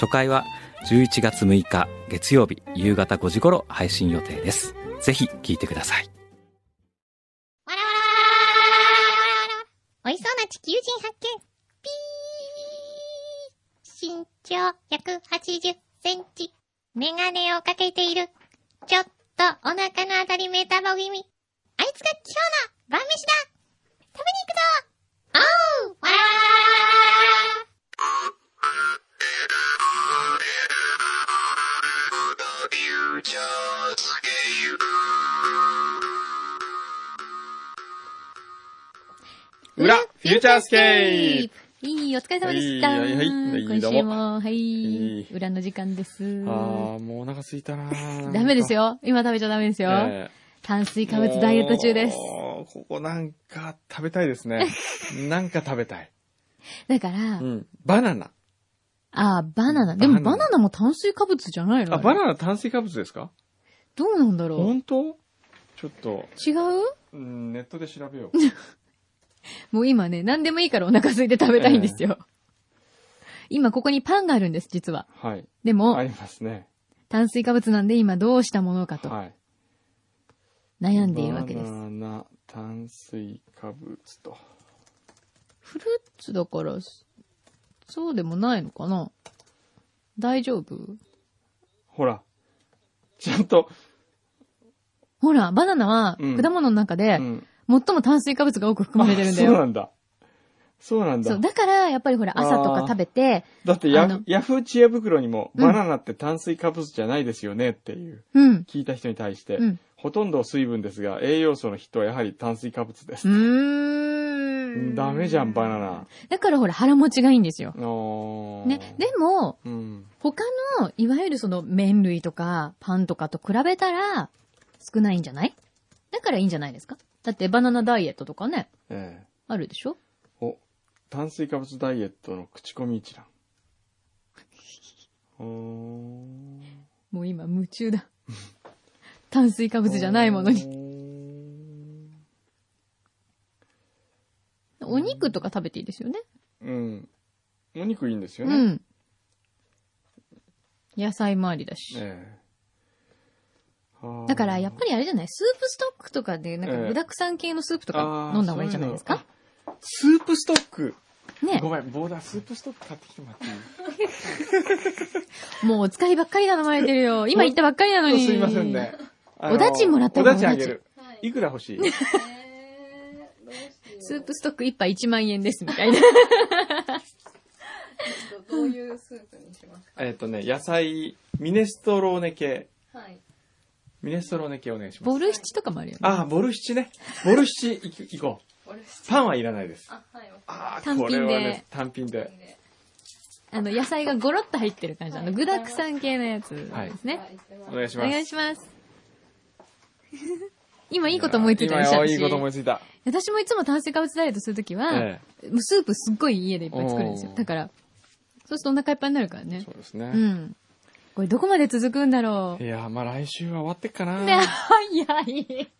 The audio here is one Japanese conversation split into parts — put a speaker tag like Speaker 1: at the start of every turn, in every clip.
Speaker 1: 初回は11月6日月曜日夕方5時頃配信予定ですぜひ聞いてください
Speaker 2: おいしそうな地球人発見ピー身長180センチ。メガネをかけている。ちょっとお腹のあたりメタボ気味。あいつが今日の晩飯だ食べに行くぞおうわー
Speaker 3: 裏、フューチャースケープ
Speaker 4: いい、お疲れ様でした。
Speaker 3: はいはいはい
Speaker 4: 今
Speaker 3: ど
Speaker 4: 週
Speaker 3: うも
Speaker 4: も、はいい、裏の時間です。
Speaker 3: あー、もうお腹すいたなー
Speaker 4: ダメです。よ。今食べちゃダメですよ。
Speaker 3: え
Speaker 4: 炭水
Speaker 3: え
Speaker 4: 化物ダイエット中です。
Speaker 3: もうここなんか食べたいです ね。なんか食べたい。
Speaker 4: だから、
Speaker 3: うん。バナナ。
Speaker 4: あー、バナナ。でも
Speaker 3: バナナ
Speaker 4: バナナも炭水化物じゃないの
Speaker 3: あ、バ
Speaker 4: ナ
Speaker 3: ナナ炭水化物ですか
Speaker 4: どうなんだろう
Speaker 3: 本当ちょっと、
Speaker 4: 違う
Speaker 3: うんネットで調べよう。
Speaker 4: もう今ね、何でもいいからお腹空いて食べたいんですよ。今ここにパンがあるんです、実は。
Speaker 3: はい。
Speaker 4: でも、
Speaker 3: ありますね。
Speaker 4: 炭水化物なんで今どうしたものかと
Speaker 3: はい。
Speaker 4: 悩んでいるわけです。
Speaker 3: バナナ炭水化物と。
Speaker 4: フルーツだから、そうでもないのかな大丈夫
Speaker 3: ほら。ちゃんと、
Speaker 4: ほら、バナナは
Speaker 3: うん
Speaker 4: 果物の中で
Speaker 3: う、ん。
Speaker 4: 最も炭水化物が多く含まれてるんだ
Speaker 3: あそうな
Speaker 4: よ。
Speaker 3: んだ。そうなん
Speaker 4: そう、
Speaker 3: だ。
Speaker 4: だから、やっぱりほら、朝とか食べて、
Speaker 3: だってヤ
Speaker 4: あ
Speaker 3: フ
Speaker 4: の
Speaker 3: ヤフー知恵袋にも、
Speaker 4: うん
Speaker 3: バナナって炭水化物じゃないですよねっていう。
Speaker 4: うん。
Speaker 3: 聞いた人に対して、
Speaker 4: うん
Speaker 3: ほとんど水分ですが、栄養素の人はやはり炭水化物で
Speaker 4: う
Speaker 3: す。
Speaker 4: ーん。
Speaker 3: ダメじゃん、バナナ。
Speaker 4: だからほら、腹持ちがいいんですよ。
Speaker 3: おー
Speaker 4: ね、でも、
Speaker 3: うん。
Speaker 4: 他の、いわゆるその、麺類とか、パンとかと比べたら、少ないんじゃないだからいいんじゃないですかだって、バナナダイエットとかね、
Speaker 3: ええ
Speaker 4: あるでしょ
Speaker 3: お、炭水化物ダイエットの口コミ一覧。 おー
Speaker 4: もう今、夢中だ。 炭水化物じゃないものに。お肉とか食べていいですよね。
Speaker 3: うん。お肉いいんですよ
Speaker 4: う
Speaker 3: ね。
Speaker 4: ん。野菜周りだし。
Speaker 3: ええ
Speaker 4: だから、やっぱりあれじゃないスープストックとかで、なん
Speaker 3: ええ
Speaker 4: か具沢山系のスープとか
Speaker 3: あー
Speaker 4: 飲んだ方がいいんじゃないですか
Speaker 3: そういうのあスープストック。
Speaker 4: ね
Speaker 3: ご。めん、ボーダースープストック買ってきてもらっていい
Speaker 4: もうお使いばっかり頼まれてる よ。今言ったばっかりなのに。
Speaker 3: すいませんね。。あの
Speaker 4: お駄賃もらった
Speaker 3: お
Speaker 4: ら
Speaker 3: だちあげる。いくら欲しい
Speaker 4: スープストック1杯1万円です、みた いな。
Speaker 5: どういうスープにしますか
Speaker 3: えっとね、野菜、ミネストローネ系。
Speaker 5: はい。
Speaker 3: ミネストローネ系お願いします。
Speaker 4: ボルシチとかもあるよね。
Speaker 3: あー、ボルシチね。ボルシチいく、いこ
Speaker 5: おろし
Speaker 3: う。パンはいらないです。
Speaker 5: あ、はい。
Speaker 3: あー
Speaker 4: 単品で
Speaker 3: これはね、単品で。
Speaker 4: あの、野菜がゴロッと入ってる感じ。あの、具沢山系のやつですね。
Speaker 3: お願いし
Speaker 4: お
Speaker 3: ます。
Speaker 4: 願いします。 今い
Speaker 3: い
Speaker 4: いこと思いついたでし
Speaker 3: 今
Speaker 4: ょ
Speaker 3: よいいこと思いついた。
Speaker 4: 私もいつも炭水化物ダイエットするときは、
Speaker 3: え
Speaker 4: もうスープすっごい家でいっぱい作るんですよ
Speaker 3: お。ー
Speaker 4: だから、そうするとお腹いっぱいになるから
Speaker 3: え
Speaker 4: ね
Speaker 3: そ。うです
Speaker 4: う
Speaker 3: ね。
Speaker 4: ん。これどこまで続くんだろ
Speaker 3: いやー、まあ来週は終わってっかな
Speaker 4: う。ね、 早い。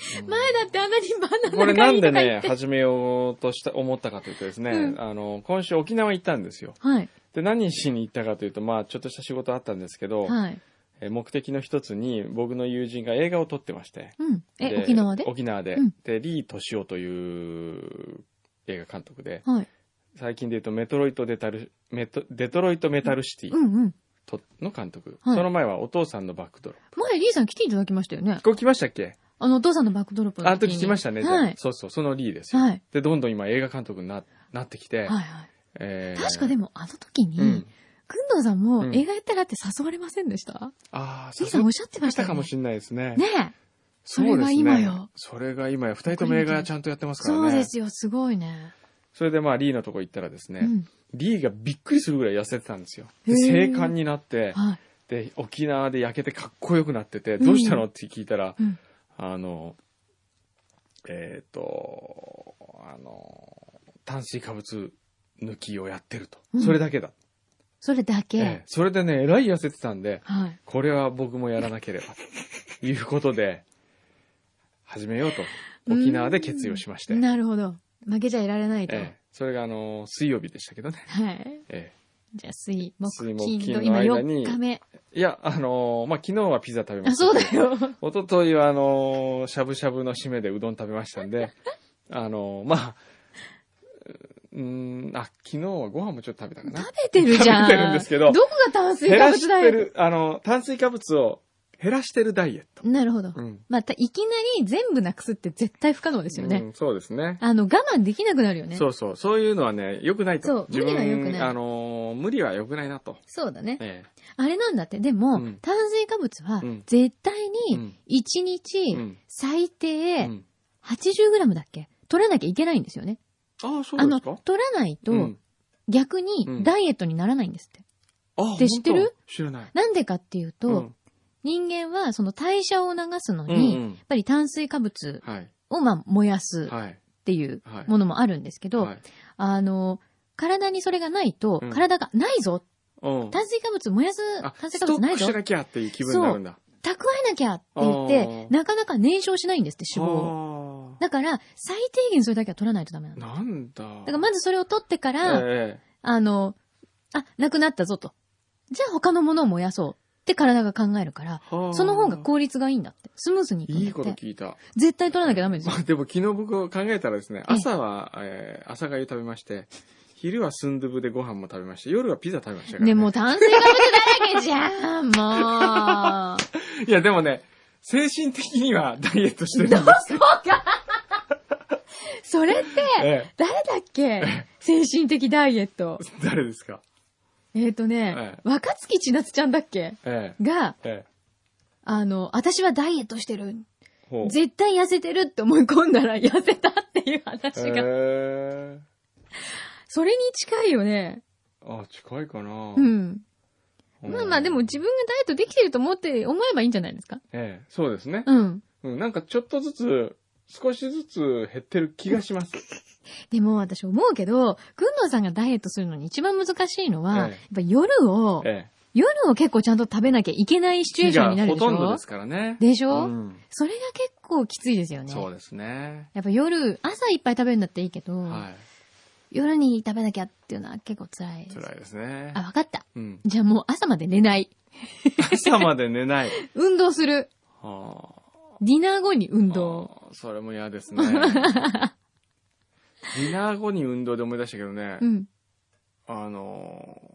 Speaker 4: 前だってあんなにバナナ
Speaker 3: これなん で
Speaker 4: 買
Speaker 3: ね、
Speaker 4: いとか言って
Speaker 3: 始めようとした、思ったかというとですね、
Speaker 4: うん
Speaker 3: あの、今週沖縄行ったんですよ。
Speaker 4: はい。
Speaker 3: で、何しに行ったかというと、まあ、ちょっとした仕事あったんですけど、
Speaker 4: はい。
Speaker 3: えー目的の一つに、僕の友人が映画を撮ってまして。
Speaker 4: うん。え、
Speaker 3: で
Speaker 4: 沖縄で
Speaker 3: 沖縄で。
Speaker 4: うん
Speaker 3: で、リー・トシオという映画監督で、
Speaker 4: はい。
Speaker 3: 最近で言うと、メトロイト・デタル、メト、デトロイト・メタルシティ
Speaker 4: うんうん。
Speaker 3: との監督。
Speaker 4: はい
Speaker 3: その前は、お父さんのバックドロッ
Speaker 4: 前、リーさん来ていただきましたよね
Speaker 3: プ。。これ来ましたっけ
Speaker 4: あの、お父さんのバックドロップの
Speaker 3: あの
Speaker 4: 時に。
Speaker 3: 時来ましたね。
Speaker 4: はい。
Speaker 3: そうそう、そのリーですよ。
Speaker 4: はい。
Speaker 3: で、どんどん今映画監督にななってきて、
Speaker 4: はいはい。
Speaker 3: えー
Speaker 4: 確かでも、あの時に、
Speaker 3: う
Speaker 4: くん
Speaker 3: ん。
Speaker 4: どうさん
Speaker 3: う
Speaker 4: も
Speaker 3: ん
Speaker 4: 映画やったらって誘われませんでした
Speaker 3: ああ、そう
Speaker 4: リーさんおっしゃってま
Speaker 3: し
Speaker 4: した
Speaker 3: た
Speaker 4: よ
Speaker 3: か
Speaker 4: ね。
Speaker 3: もしれないですね。
Speaker 4: ねえ。それが今
Speaker 3: そうですね
Speaker 4: よ。
Speaker 3: それが今や、二人とも映画ちゃんとやってますからね。
Speaker 4: そうですよ、すごいね。
Speaker 3: それでまあ、リーのとこ行ったらですね、
Speaker 4: うん。
Speaker 3: リーがびっくりするぐらい痩せてたんですよ。で
Speaker 4: へー
Speaker 3: 精悍になって、
Speaker 4: はい。
Speaker 3: で、沖縄で焼けてかっこよくなってて、どうしたのって聞いたら、
Speaker 4: うん
Speaker 3: あの、えっ、と、あの、炭水化物抜きをやってると。
Speaker 4: うん
Speaker 3: それだけだ。
Speaker 4: それだけ。
Speaker 3: ええそれでね、えらい痩せてたんで、
Speaker 4: はい。
Speaker 3: これは僕もやらなけれ ば、ということで、始めようと、沖縄で決意をしまして、え
Speaker 4: なるほど。負けちゃいられないと。
Speaker 3: えそれがあの、水曜日でしたけどね。
Speaker 4: はい。
Speaker 3: え
Speaker 4: じゃあ、水、木、
Speaker 3: 水
Speaker 4: 金
Speaker 3: 木
Speaker 4: 土、
Speaker 3: 金
Speaker 4: 今
Speaker 3: の間に
Speaker 4: 4日目。
Speaker 3: えいや、あのまあ、昨日はピザ食べま
Speaker 4: あ、
Speaker 3: したけど。
Speaker 4: そうだよ。
Speaker 3: 一昨日は、あのーしゃぶしゃぶの締めでうどん食べましたん で、あのーまあ、うーん、あ、昨日はご飯もちょっと食べたかな。
Speaker 4: 食べてるじゃん。
Speaker 3: 食べてるんですけど
Speaker 4: どこが炭水
Speaker 3: 減
Speaker 4: 化
Speaker 3: らし
Speaker 4: 物ダイ
Speaker 3: て
Speaker 4: エッ
Speaker 3: る、あの、炭水化物を減らしてるダイエット。
Speaker 4: ト。なるほど。
Speaker 3: うん。
Speaker 4: また、いきなり全部なくすって絶対不可能ですよ
Speaker 3: う
Speaker 4: ね。
Speaker 3: んそうですね。
Speaker 4: あの、我慢できなくなるよね。。
Speaker 3: そううそう。そういうのはね、良くないと。
Speaker 4: そう
Speaker 3: 自分
Speaker 4: 無理は良くない
Speaker 3: あのー無理は良くないなと。
Speaker 4: そうだね。
Speaker 3: え
Speaker 4: あれなんだって。でも、
Speaker 3: うん
Speaker 4: 炭水化物は
Speaker 3: うん、
Speaker 4: 絶対
Speaker 3: え。う
Speaker 4: に、
Speaker 3: ん。
Speaker 4: 1
Speaker 3: う
Speaker 4: 日、
Speaker 3: ん。
Speaker 4: 最低
Speaker 3: う、ん
Speaker 4: 80g だっけ取らなきゃいけないんですよね。
Speaker 3: ああ、そ
Speaker 4: あ
Speaker 3: うで
Speaker 4: の、
Speaker 3: すか
Speaker 4: 取らないと、、逆に、ダイエットにならないんですって。
Speaker 3: あ
Speaker 4: て知ってる
Speaker 3: 本当知らない。
Speaker 4: なんでかっていうと、
Speaker 3: うん
Speaker 4: 人間はその代謝を流すの
Speaker 3: う
Speaker 4: に、
Speaker 3: んう
Speaker 4: やっ
Speaker 3: ん。
Speaker 4: ぱり炭水化物
Speaker 3: はい。
Speaker 4: をまあ燃やすっ
Speaker 3: はい。
Speaker 4: ていう
Speaker 3: はい
Speaker 4: ものもあるんですけど、
Speaker 3: はい
Speaker 4: あの、体にそれがないと、
Speaker 3: うん
Speaker 4: 体がないぞ、
Speaker 3: うん。
Speaker 4: 炭水化物燃やす
Speaker 3: あ、
Speaker 4: 炭水
Speaker 3: ス
Speaker 4: 化
Speaker 3: ト
Speaker 4: 物
Speaker 3: ッ
Speaker 4: ない
Speaker 3: ク
Speaker 4: ぞ、
Speaker 3: し
Speaker 4: 蓄
Speaker 3: なきゃっていう気分になるんだ。
Speaker 4: えなきゃって言って
Speaker 3: あ、ー
Speaker 4: なかなか燃焼しないんですって脂肪を。だから、最低限それだけは取らないとダメな
Speaker 3: あ
Speaker 4: の。
Speaker 3: ー
Speaker 4: だ
Speaker 3: なんだ。
Speaker 4: からまずそれを取ってから、
Speaker 3: え
Speaker 4: あの、あ、なくなったぞと。じゃあ他のものを燃やそうって体が考えるから、
Speaker 3: えはあ
Speaker 4: その方が効率がいいんだって。スムーズにいくんだって。
Speaker 3: いいこと聞いた。
Speaker 4: 絶対取らなきゃダメです よ
Speaker 3: ま。あでも昨日僕考えたらですね、
Speaker 4: ええ
Speaker 3: 朝は、えー朝粥食べまして、昼はスンドゥブでご飯も食べまして、夜はピザ食べましたから、ね。
Speaker 4: でもう炭水化物だらけじゃん、もう。
Speaker 3: いやでもね、精神的にはダイエットしてるんです。
Speaker 4: それって、
Speaker 3: ええ
Speaker 4: 誰だっけ精神的ダイエッ ト。
Speaker 3: 誰ですか
Speaker 4: えっとね
Speaker 3: え、
Speaker 4: 若月千夏ちゃんだっけ
Speaker 3: ええ
Speaker 4: が、
Speaker 3: ええ
Speaker 4: あの、私はダイエットしてる。
Speaker 3: ほう
Speaker 4: 絶対痩せてるって思い込んだら痩せたっていう話が。
Speaker 3: ええ
Speaker 4: それに近いよね。
Speaker 3: あ、近いかな。
Speaker 4: うん。
Speaker 3: うん
Speaker 4: まあまあでも、自分がダイエットできてると思って、思えばいいんじゃないですか
Speaker 3: ええそうですね。
Speaker 4: うん。
Speaker 3: うん、なんかちょっとずつ、少しずつ減ってる気がします。
Speaker 4: でも私思うけど、くんのさんがダイエットするのに一番難しいのは、や
Speaker 3: ええ
Speaker 4: っぱ夜を、
Speaker 3: え
Speaker 4: 夜を結構ちゃんと食べなきゃいけないシチュエーションになる
Speaker 3: ほ
Speaker 4: でしょ
Speaker 3: とんどですからね。
Speaker 4: でしょ、
Speaker 3: うん
Speaker 4: それが結構きついですよね。
Speaker 3: そうですね。
Speaker 4: やっぱ夜、朝いっぱい食べるんだっていいけど、
Speaker 3: は
Speaker 4: 夜に食べなきゃっていうのは結構辛いで
Speaker 3: い。
Speaker 4: す。
Speaker 3: 辛いですね
Speaker 4: あ、。わかった。
Speaker 3: うん。
Speaker 4: じゃあもう朝まで寝ない。
Speaker 3: 朝まで寝 ない。
Speaker 4: 運動する。
Speaker 3: はあ
Speaker 4: ディナー後に運動。
Speaker 3: あーそれも嫌です ね。ディナー後に運動で思い出したけどね、
Speaker 4: うん、
Speaker 3: あのー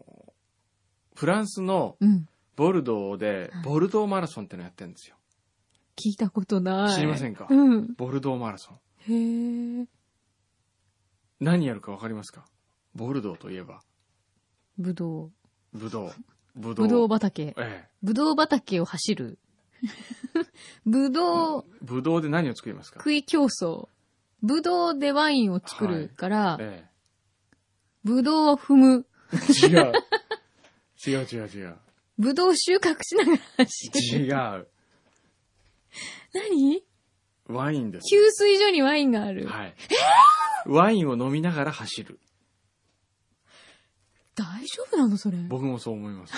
Speaker 3: フランスの
Speaker 4: うん。
Speaker 3: ボルドーで
Speaker 4: はい、
Speaker 3: ボルドーマラソンってのやってるんですよ。
Speaker 4: 聞いたことない。
Speaker 3: 知りませんか
Speaker 4: うん。
Speaker 3: ボルドーマラソン。
Speaker 4: へえ。
Speaker 3: 何やるかわかりますかボルドーといえば、
Speaker 4: ぶどう。
Speaker 3: ブ ドウ。ブドウ。
Speaker 4: ぶどう畑。
Speaker 3: ええ。
Speaker 4: ぶどう畑を 走る。ぶどう
Speaker 3: ブドウで何を作りますか
Speaker 4: 食い競争。ぶどうでワインを作るから、
Speaker 3: ええ。
Speaker 4: ぶどうを踏む。
Speaker 3: 違う。違う違う違う。
Speaker 4: ぶどう収穫しながら走る。
Speaker 3: 違う。
Speaker 4: 何
Speaker 3: ワインです。
Speaker 4: 給水所にワインがある。
Speaker 3: はい。ワインを飲みながら走る。
Speaker 4: 大丈夫なのそれ。
Speaker 3: 僕もそう思います。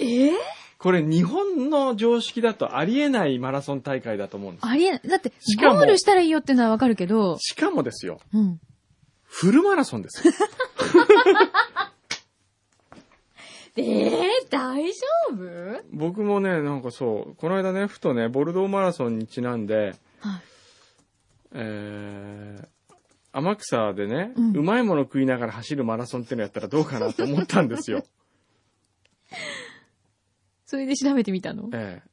Speaker 4: ええ
Speaker 3: これ日本の常識だとありえないマラソン大会だと思うんです。
Speaker 4: ありえない。だって
Speaker 3: し、かも
Speaker 4: ゴールしたらいいよってのはわかるけど、
Speaker 3: しかもですよ、
Speaker 4: うん。
Speaker 3: フルマラソンですよ。
Speaker 4: ええ大丈夫はい。
Speaker 3: 僕もね、なんかそう、この間ね、ふとね、ボルドーマラソンにちなんで、えー、天草でね、
Speaker 4: う
Speaker 3: うんまいもの食いながら走るマラソンってのやったらどうかなと思ったんです よ。
Speaker 4: それで調べてみたの。
Speaker 3: ええ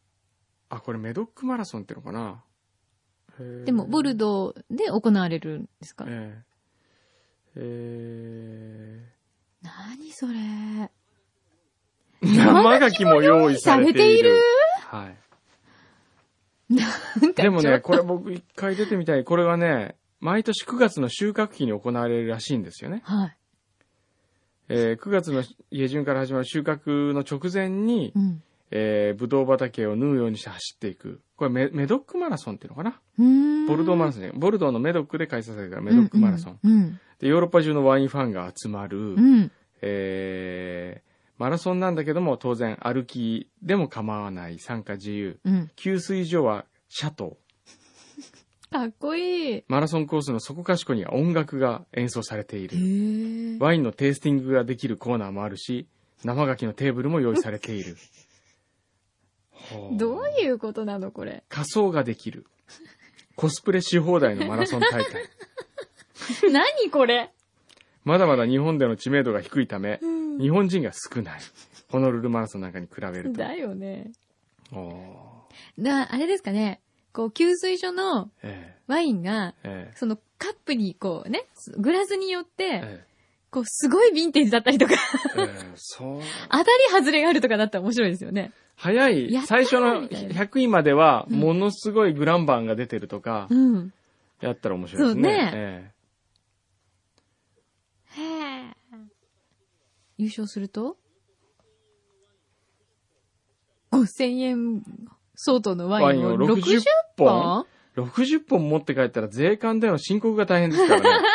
Speaker 3: あ、これメドックマラソンってのかなえー
Speaker 4: でも、ボルドーで行われるんですか
Speaker 3: えええ
Speaker 4: 何それ。
Speaker 3: え生ガキも用意されている。はい。
Speaker 4: なんか
Speaker 3: でも
Speaker 4: ちょ
Speaker 3: ね、
Speaker 4: っと
Speaker 3: これ僕一回出てみたい。これはね、毎年9月の収穫期に行われるらしいんですよね。
Speaker 4: はい。
Speaker 3: えー9月の下旬から始まる収穫の直前に、
Speaker 4: うん。
Speaker 3: えー、ブドウ畑を縫うようにして走っていく。これメメドックマラソンっていうのかな
Speaker 4: うーん
Speaker 3: ボルドーマラソンね。ボルドーのメドックで開催されたメドックマラソン。
Speaker 4: うん
Speaker 3: で、ヨーロッパ中のワインファンが集まる、
Speaker 4: うん。うん。
Speaker 3: えーマラソンなんだけども、当然歩きでも構わない参加自由。
Speaker 4: うん。
Speaker 3: 給水所はシャトー。
Speaker 4: かっこいい。へ
Speaker 3: マラソンコースのそこかしこには音楽が演奏されている。
Speaker 4: え。
Speaker 3: ワインのテイスティングができるコーナーもあるし、生牡蠣のテーブルも用意されている。ほう
Speaker 4: どういうことなのこれ。
Speaker 3: 仮装ができる。コスプレし放題のマラソン大会。
Speaker 4: 何これ
Speaker 3: まだまだ日本での知名度が低いため、日本人が少ない。ホノルルマラソンなんかに比べると。
Speaker 4: だよね。
Speaker 3: おー
Speaker 4: だ、あれですかね。こう、給水所の
Speaker 3: え
Speaker 4: ワインが、
Speaker 3: ええ
Speaker 4: そのカップにこうね、グラスによっ
Speaker 3: え
Speaker 4: て、
Speaker 3: え
Speaker 4: こう、すごいヴィンテージだったりとか、
Speaker 3: え えそう。
Speaker 4: 当たり外れがあるとかだったら面白いですよね。
Speaker 3: 早い
Speaker 4: やっ、た
Speaker 3: 最
Speaker 4: ー
Speaker 3: 初の
Speaker 4: みたいな
Speaker 3: 100位までは、
Speaker 4: うん
Speaker 3: ものすごいグランバンが出てるとか
Speaker 4: う、ん。
Speaker 3: やったら面白いですね。
Speaker 4: そうね
Speaker 3: え
Speaker 2: へえ。
Speaker 4: 優勝すると、5000円相当の
Speaker 3: え
Speaker 4: ワインを60
Speaker 3: 60本
Speaker 4: 本
Speaker 3: ?60 本持って帰ったら税関での申告が大変ですから ね。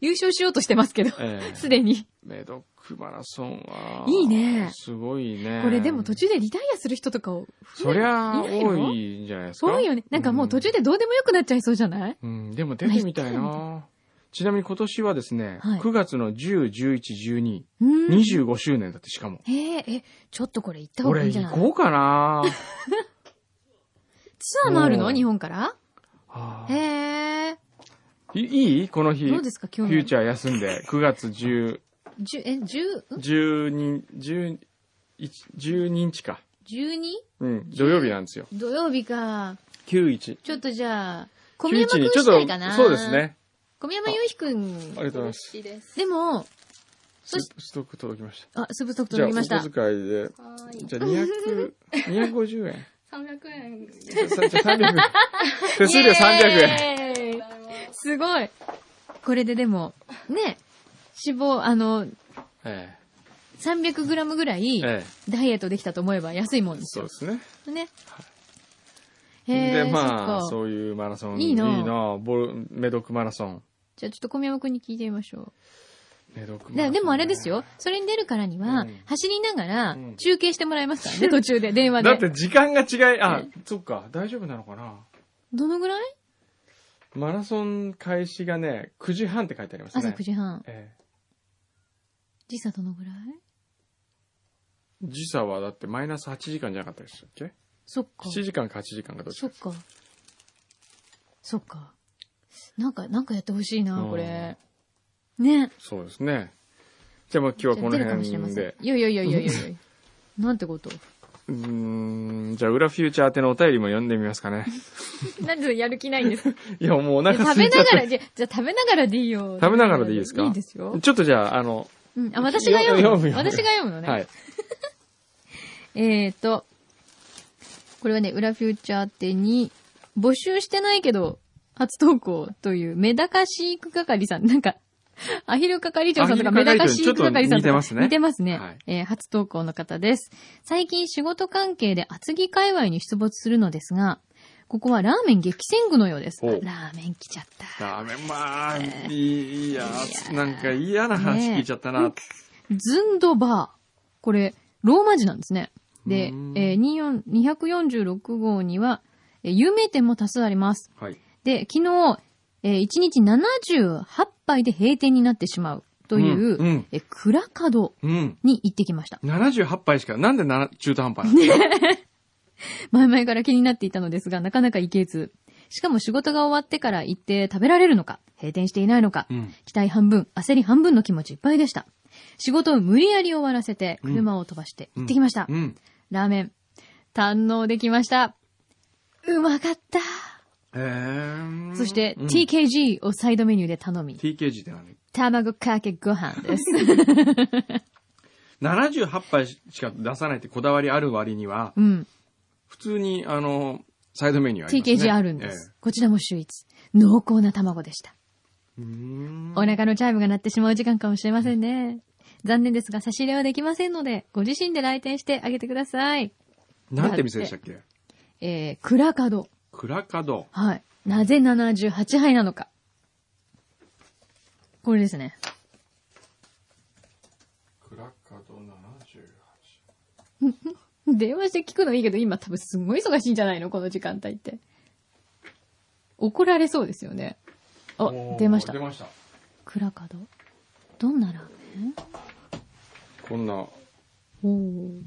Speaker 4: 優勝しようとしてますけど、
Speaker 3: ええ
Speaker 4: すでに。
Speaker 3: メドックマラソンは。
Speaker 4: いいね
Speaker 3: すごいね。
Speaker 4: これでも途中でリタイアする人とかを、
Speaker 3: そりゃ、
Speaker 4: いないの
Speaker 3: 多いんじゃないですか。
Speaker 4: 多いよね。なんかもう途中でどうでもよくなっちゃいそうじゃない
Speaker 3: うん。うん、でも出てみたいな。ちなみに今年はですね、
Speaker 4: はい
Speaker 3: 9月の10、11、12、
Speaker 4: うん。
Speaker 3: 25周年だってしかも。
Speaker 4: ええ、え、ちょっとこれ行った方がい
Speaker 3: 俺
Speaker 4: いんじゃな
Speaker 3: 行
Speaker 4: い
Speaker 3: こう かな
Speaker 4: ツアーもある
Speaker 3: お
Speaker 4: の
Speaker 3: ー
Speaker 4: 日本から
Speaker 3: はあ
Speaker 4: へえ。
Speaker 3: いいいこの日。
Speaker 4: どうですか今
Speaker 3: フ
Speaker 4: 日
Speaker 3: ューチャー休んで、9月10、
Speaker 4: じゅえ、十、
Speaker 3: 12、
Speaker 4: ん
Speaker 3: 10 12日か。
Speaker 4: 十二
Speaker 3: うん、土曜日なんですよ。
Speaker 4: 土曜日か。
Speaker 3: 91。
Speaker 4: ちょっとじゃあ、小宮
Speaker 3: 91
Speaker 4: 山くん
Speaker 3: に、ちょっ
Speaker 4: 次第か
Speaker 3: と、
Speaker 4: な。
Speaker 3: そうです。ね。
Speaker 4: 小宮山雄飛く
Speaker 3: ありが
Speaker 4: ん。
Speaker 3: とうございます。
Speaker 5: 好きです。
Speaker 4: でも、そし
Speaker 3: スストック届きました。
Speaker 4: あ、スブストック
Speaker 3: じゃあ、
Speaker 4: 届
Speaker 3: お
Speaker 4: きました。
Speaker 3: 小遣いで、
Speaker 5: はーい。
Speaker 3: じゃ あ200、250円。
Speaker 5: 300円で
Speaker 3: じゃあ300円。 手数料300円。
Speaker 4: 円
Speaker 5: ご。ざいます。
Speaker 4: すごい。これででも、ね、脂肪、あの、
Speaker 3: え
Speaker 4: 300グラムぐらい
Speaker 3: え。、ええ。
Speaker 4: ダイエットできたと思えば安いもんで
Speaker 3: そ
Speaker 4: す
Speaker 3: う
Speaker 4: よ
Speaker 3: で。すね。
Speaker 4: ね。
Speaker 3: で、
Speaker 4: へー
Speaker 3: まあ、
Speaker 4: そっか
Speaker 3: そういうマラソン。
Speaker 4: いいない
Speaker 3: いなボルメドックマラソン。
Speaker 4: じゃあちょっと小宮山くんに聞いてみましょ
Speaker 3: メドック
Speaker 4: う。
Speaker 3: マラソ
Speaker 4: で
Speaker 3: ン。
Speaker 4: でもあれですよ。。それに出るからには、
Speaker 3: うん
Speaker 4: 走りながら
Speaker 3: うん
Speaker 4: 中継してもらいますからね、途中で、電話で。
Speaker 3: だって時間が違い、あ、そっか、大丈夫なのかな
Speaker 4: どのぐらい
Speaker 3: マラソン開始がね、9時半って書いてありますね。
Speaker 4: 朝9時半。
Speaker 3: え
Speaker 4: 時差どのぐらい
Speaker 3: え時差はだってマイナス8時間じゃなかったでしたっけ
Speaker 4: そっか。
Speaker 3: ?7 時間か8時間かどっち
Speaker 4: そっか。そっか。なんか、なんかやってほしいな
Speaker 3: う、ん
Speaker 4: これ。ね。
Speaker 3: そうですね。じゃあまあ今日はこの
Speaker 4: じゃあ出るかもしれま
Speaker 3: 辺
Speaker 4: せん
Speaker 3: で。。
Speaker 4: いやいやいやいやいやいや。なんてこと。
Speaker 3: うーん、じゃあ裏フューチャー宛てのお便りも読んでみますか ね。
Speaker 4: なんでやる気ないんですか
Speaker 3: いやもうお
Speaker 4: いや
Speaker 3: 腹空
Speaker 4: 食べ
Speaker 3: いちゃ
Speaker 4: な
Speaker 3: っ
Speaker 4: がら、
Speaker 3: た。
Speaker 4: じゃ、じゃあ食べながらでいいよ。
Speaker 3: 食べながらでいいですか
Speaker 4: いいですよ。
Speaker 3: ちょっとじゃあ、あの、
Speaker 4: うん。あ、私が読むの。
Speaker 3: 読む読む
Speaker 4: 私が読むのね。
Speaker 3: はい。
Speaker 4: えーと、これはね、裏フューチャー宛てに、募集してないけど、初投稿という、メダカ飼育係さん。 なんか、アヒル係長さんとか
Speaker 3: アヒ
Speaker 4: メ
Speaker 3: ル
Speaker 4: ダ
Speaker 3: 係長
Speaker 4: カ飼育係さんとか。
Speaker 3: ちょっと似てますね
Speaker 4: 似てますね。
Speaker 3: はい
Speaker 4: えー初投稿の方です。最近仕事関係で厚木界隈に出没するのですが、ここはラーメン激戦区のようです。あ
Speaker 3: ほう
Speaker 4: ラーメン来ちゃった。
Speaker 3: ダメ、まあ、いい、いや、なんか嫌な話聞いちゃったな。
Speaker 4: ズンドバー。これ、ローマ字なんですね。で、え
Speaker 3: うん
Speaker 4: ー、24 246号には、えー有名店も多数あります。
Speaker 3: はい。
Speaker 4: で、昨日、えー1日78杯で閉店になってしまうという、
Speaker 3: うんうん
Speaker 4: えー蔵角
Speaker 3: うん。
Speaker 4: に行ってきました。
Speaker 3: 78杯しか、なんでな中途半端なの
Speaker 4: 前々から気になっていたのですが、なかなか行けず。しかも仕事が終わってから行って食べられるのか、閉店していないのか、
Speaker 3: うん。
Speaker 4: 期待半分、焦り半分の気持ちいっぱいでした。仕事を無理やり終わらせて、
Speaker 3: うん
Speaker 4: 車を飛ばして行ってきました。
Speaker 3: うん。
Speaker 4: ラーメン、堪能できました。うまかった。
Speaker 3: えー、
Speaker 4: そして、
Speaker 3: うん
Speaker 4: TKG をサイドメニューで頼み、
Speaker 3: TKG って何
Speaker 4: 卵かけご飯 です。
Speaker 3: 78杯しか出さないってこだわりある割には、
Speaker 4: うん。
Speaker 3: 普通に、あの、サイドメニューありますね。
Speaker 4: TKG あるんです。こちらも秀逸。濃厚な卵でした。
Speaker 3: うーん
Speaker 5: お腹のチャイムが鳴ってしまう時間かもしれませんね。残念ですが差し入れはできませんので、ご自身で来店してあげてください。
Speaker 3: なんて店でしたっけ
Speaker 5: えー、蔵角。
Speaker 3: 蔵門。
Speaker 5: はい。なぜ78杯なのか。これですね。
Speaker 3: 蔵門78。
Speaker 5: 電話して聞くのいいけど、今多分すごい忙しいんじゃないのこの時間帯って。怒られそうですよね。あ、出ました
Speaker 3: 出。ました。
Speaker 5: 蔵門。どんなラーメン
Speaker 3: こんな、
Speaker 5: おお。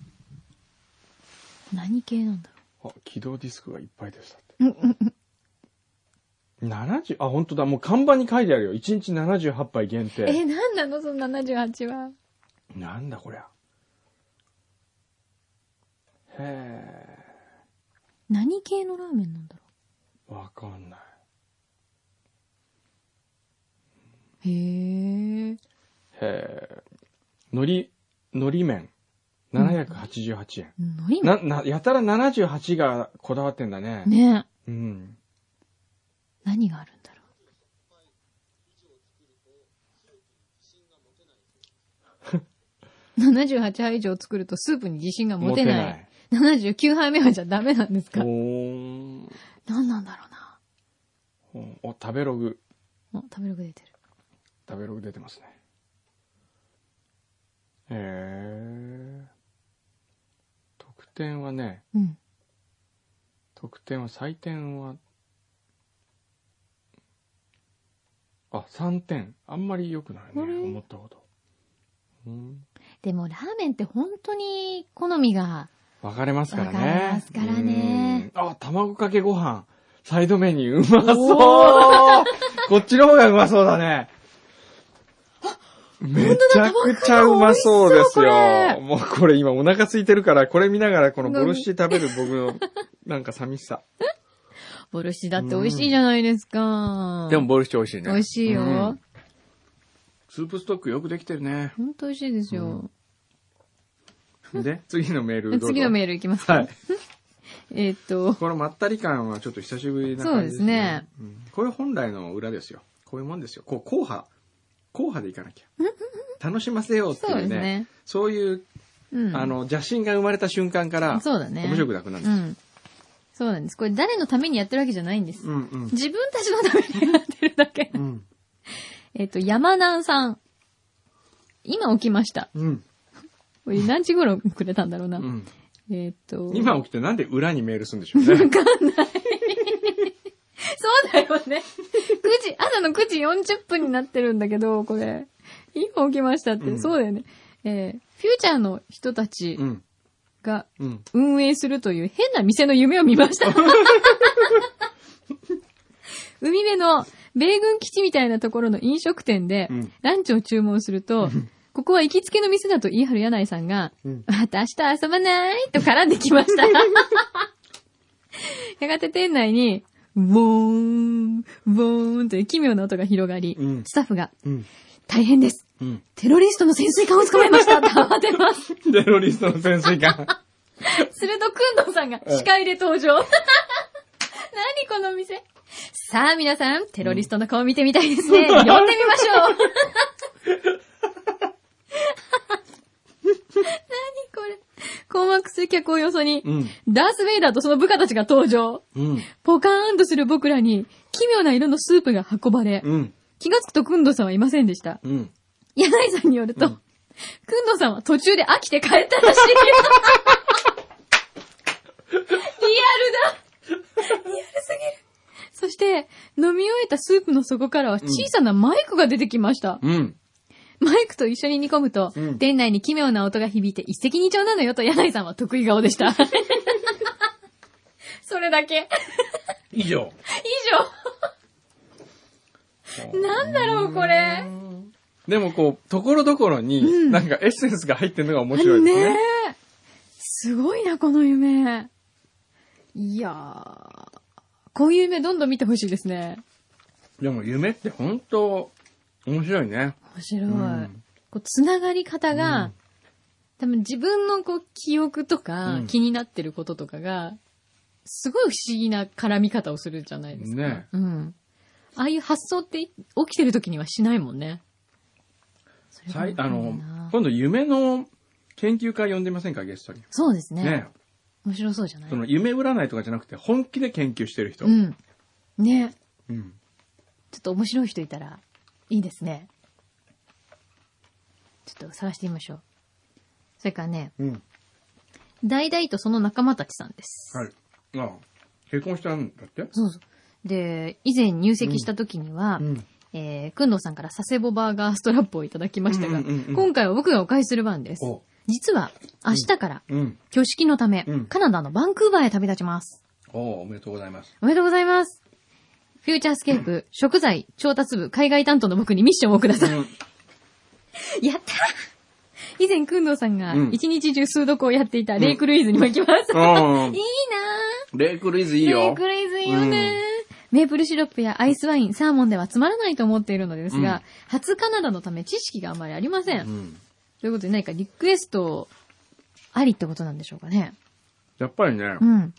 Speaker 5: 何系なんだ
Speaker 3: あ、起動ディスクがいっぱいでしたって。
Speaker 5: ろう。うんうんうん。
Speaker 3: 70? あ、本当だ。もう看板に書いてあるよ。1日78杯限定。
Speaker 5: え、なんなのその78は。
Speaker 3: なんだこりゃ。へ
Speaker 5: 何系のラーメンなんだろ
Speaker 3: え。わかんない。
Speaker 5: う。へえ。
Speaker 3: へえ。海苔、海苔麺。788円。
Speaker 5: のり
Speaker 3: な、な、やたら78がこだわってんだね。
Speaker 5: ね
Speaker 3: うん。
Speaker 5: 何があるんだ ろう。78杯以上作るとスープに自信が持てない。79杯目はじゃダメなんで
Speaker 3: 持
Speaker 5: す
Speaker 3: て
Speaker 5: か
Speaker 3: ない。おー
Speaker 5: 何なんだろうな。
Speaker 3: お、食べログ。
Speaker 5: お、食べログ出てる。
Speaker 3: 食べログ出てますね。へえ。得点はね、
Speaker 5: うん。
Speaker 3: 得点は、採点は、あ、3点。あんまり良くないね。
Speaker 5: あれ
Speaker 3: 思ったほど。うん。
Speaker 5: でもラーメンって本当に好みが、
Speaker 3: 分かれますからね。
Speaker 5: 分かれますからね
Speaker 3: うん。あ、卵かけご飯。サイドメニュー、うまそう こっちの方がうまそうだね。めちゃくちゃうまそうです
Speaker 5: 本当だ
Speaker 3: よ。もうこれ今お腹空いてるから、これ見ながらこの
Speaker 5: うん
Speaker 3: ボルシチ食べる僕のなんか寂しさ。
Speaker 5: ボルシだって美味しいじゃないですか。
Speaker 3: でも、ボルシチ美味しいね。
Speaker 5: 美味しいよ。
Speaker 3: うんスープストックよくできてるね。
Speaker 5: 本当美味しいですよ。
Speaker 3: で、次のメールどうぞ。
Speaker 5: 次の
Speaker 3: ー
Speaker 5: メールいきますか。
Speaker 3: はい。
Speaker 5: えーっと、
Speaker 3: このまったり感はちょっと久しぶりな感じですね。うんこれ本来の裏ですよ。こういうもんですよ。こう、硬派。硬派でいかなきゃ。楽しませようっていう
Speaker 5: そう
Speaker 3: ね。
Speaker 5: ですね。
Speaker 3: そういう、
Speaker 5: うん。
Speaker 3: あの、邪心が生まれた瞬間から、
Speaker 5: そうだね。
Speaker 3: 面白くなくなる
Speaker 5: う。ん。そうなんです。これ誰のためにやってるわけじゃないんです。
Speaker 3: うんうん。
Speaker 5: 自分たちのためにやってるだけ。
Speaker 3: うん。
Speaker 5: えっと、山南さん。今起きました。
Speaker 3: うん。
Speaker 5: これ何時頃くれたんだろうな。
Speaker 3: うん。
Speaker 5: えっと。
Speaker 3: 今起きてなんで裏にメールするんでしょうね。
Speaker 5: そうだよね。9時、朝の9時40分になってるんだけど、これ。今起きましたって、
Speaker 3: うん
Speaker 5: そうだよね。えーフューチャーの人たち
Speaker 3: うん。
Speaker 5: が
Speaker 3: うん。
Speaker 5: 運営するという変な店の夢を見ま した。海辺の米軍基地みたいなところの飲食店で
Speaker 3: うん
Speaker 5: ランチを注文すると、ここは行きつけの店だと言い張る柳井さんが、
Speaker 3: うん
Speaker 5: また明日遊ばないと絡んできました。やがて店内に、ウォーン、ウォーンという奇妙な音が広がり、
Speaker 3: うん
Speaker 5: スタッフが、
Speaker 3: うん。
Speaker 5: 大変です。
Speaker 3: うん。
Speaker 5: テロリストの潜水艦を捕まえましたと慌てます。
Speaker 3: テロリストの潜水艦。
Speaker 5: すると、くんどうさんが司会で登場。何 この店さあ皆さん、テロリストの顔見てみたいですね。呼んでみましょう何これ困惑する客をよそに、
Speaker 3: うん。
Speaker 5: ダース・ベイダーとその部下たちが登場。
Speaker 3: うん。
Speaker 5: ポカーンとする僕らに、奇妙な色のスープが運ばれ、
Speaker 3: うん。
Speaker 5: 気がつくとくんどうさんはいませんでした。
Speaker 3: うん。
Speaker 5: 柳井さんによると、くんどうさんは途中で飽きて帰ったらしい。リアルだリアルすぎる。そして、飲み終えたスープの底からは小さなマイクが出てきました。
Speaker 3: うん。
Speaker 5: マイクと一緒に煮込むと、
Speaker 3: うん
Speaker 5: 店内に奇妙な音が響いて一石二鳥なのよと柳井さんは得意顔で した。それだけ。
Speaker 3: 以上。
Speaker 5: 以上。なんだろう、これ。
Speaker 3: でもこう、ところどころに、なんかエッセンスが入ってるのが面白いですね。
Speaker 5: ねえすごいな、この夢。いやー。こういう夢どんどん見てほしいですね。
Speaker 3: でも夢って本当、面白いね。
Speaker 5: 面白い。
Speaker 3: うん
Speaker 5: こう、つながり方が、
Speaker 3: うん
Speaker 5: 多分自分のこう、記憶とか、
Speaker 3: うん
Speaker 5: 気になってることとかが、すごい不思議な絡み方をするじゃないですか。
Speaker 3: ね
Speaker 5: うん。
Speaker 4: ああいう発想って起きてる時にはしないもんね。それが
Speaker 3: さい、あ
Speaker 4: 面白
Speaker 3: の
Speaker 4: いな、
Speaker 3: 今度夢の研究会呼んでみませんか、ゲストに。
Speaker 4: そうですね。
Speaker 3: ね。
Speaker 4: 面白そうじゃない
Speaker 3: その夢占いとかじゃなくて、本気で研究してる人。
Speaker 4: うん。ね
Speaker 3: うん
Speaker 4: ちょっと面白い人いたら、いいですね。ちょっと探してみましょう。それからね、
Speaker 3: うん。
Speaker 4: 大々とその仲間たちさんです。
Speaker 3: はい。ああ結婚したんだって
Speaker 4: そうそう。で、以前入籍した時には、
Speaker 3: ん。
Speaker 4: えー、くんどうさんから佐世保バーガーストラップをいただきましたが、
Speaker 3: うんうんうんうん
Speaker 4: 今回は僕がお返しする番です。
Speaker 3: お
Speaker 4: 実は、明日から、
Speaker 3: うん。
Speaker 4: 挙式のため、
Speaker 3: うん
Speaker 4: カナダのバンクーバーへ旅立ちます。
Speaker 3: おおおめでとうございます。
Speaker 4: おめでとうございます。フューチャースケープ、食材、調達部、海外担当の僕にミッションをくだ
Speaker 3: う
Speaker 4: さい。
Speaker 3: ん。
Speaker 4: やったー以前、くんどうさんが
Speaker 3: うん、
Speaker 4: 一日中数読をやっていたレイクルイズにも行きます。 いいな
Speaker 3: ああ
Speaker 4: ー
Speaker 3: レイクルイズいい
Speaker 4: レイ
Speaker 3: よ。
Speaker 4: クレイズいいよね、メープルシロップやアイスワイン、サーモンではつまらないと思っているのですが、
Speaker 3: うん
Speaker 4: 初カナダのため知識があまりありません。
Speaker 3: うん。
Speaker 4: ということで何かリクエストありってことなんでしょうかね。
Speaker 3: やっぱりね
Speaker 4: う、ん。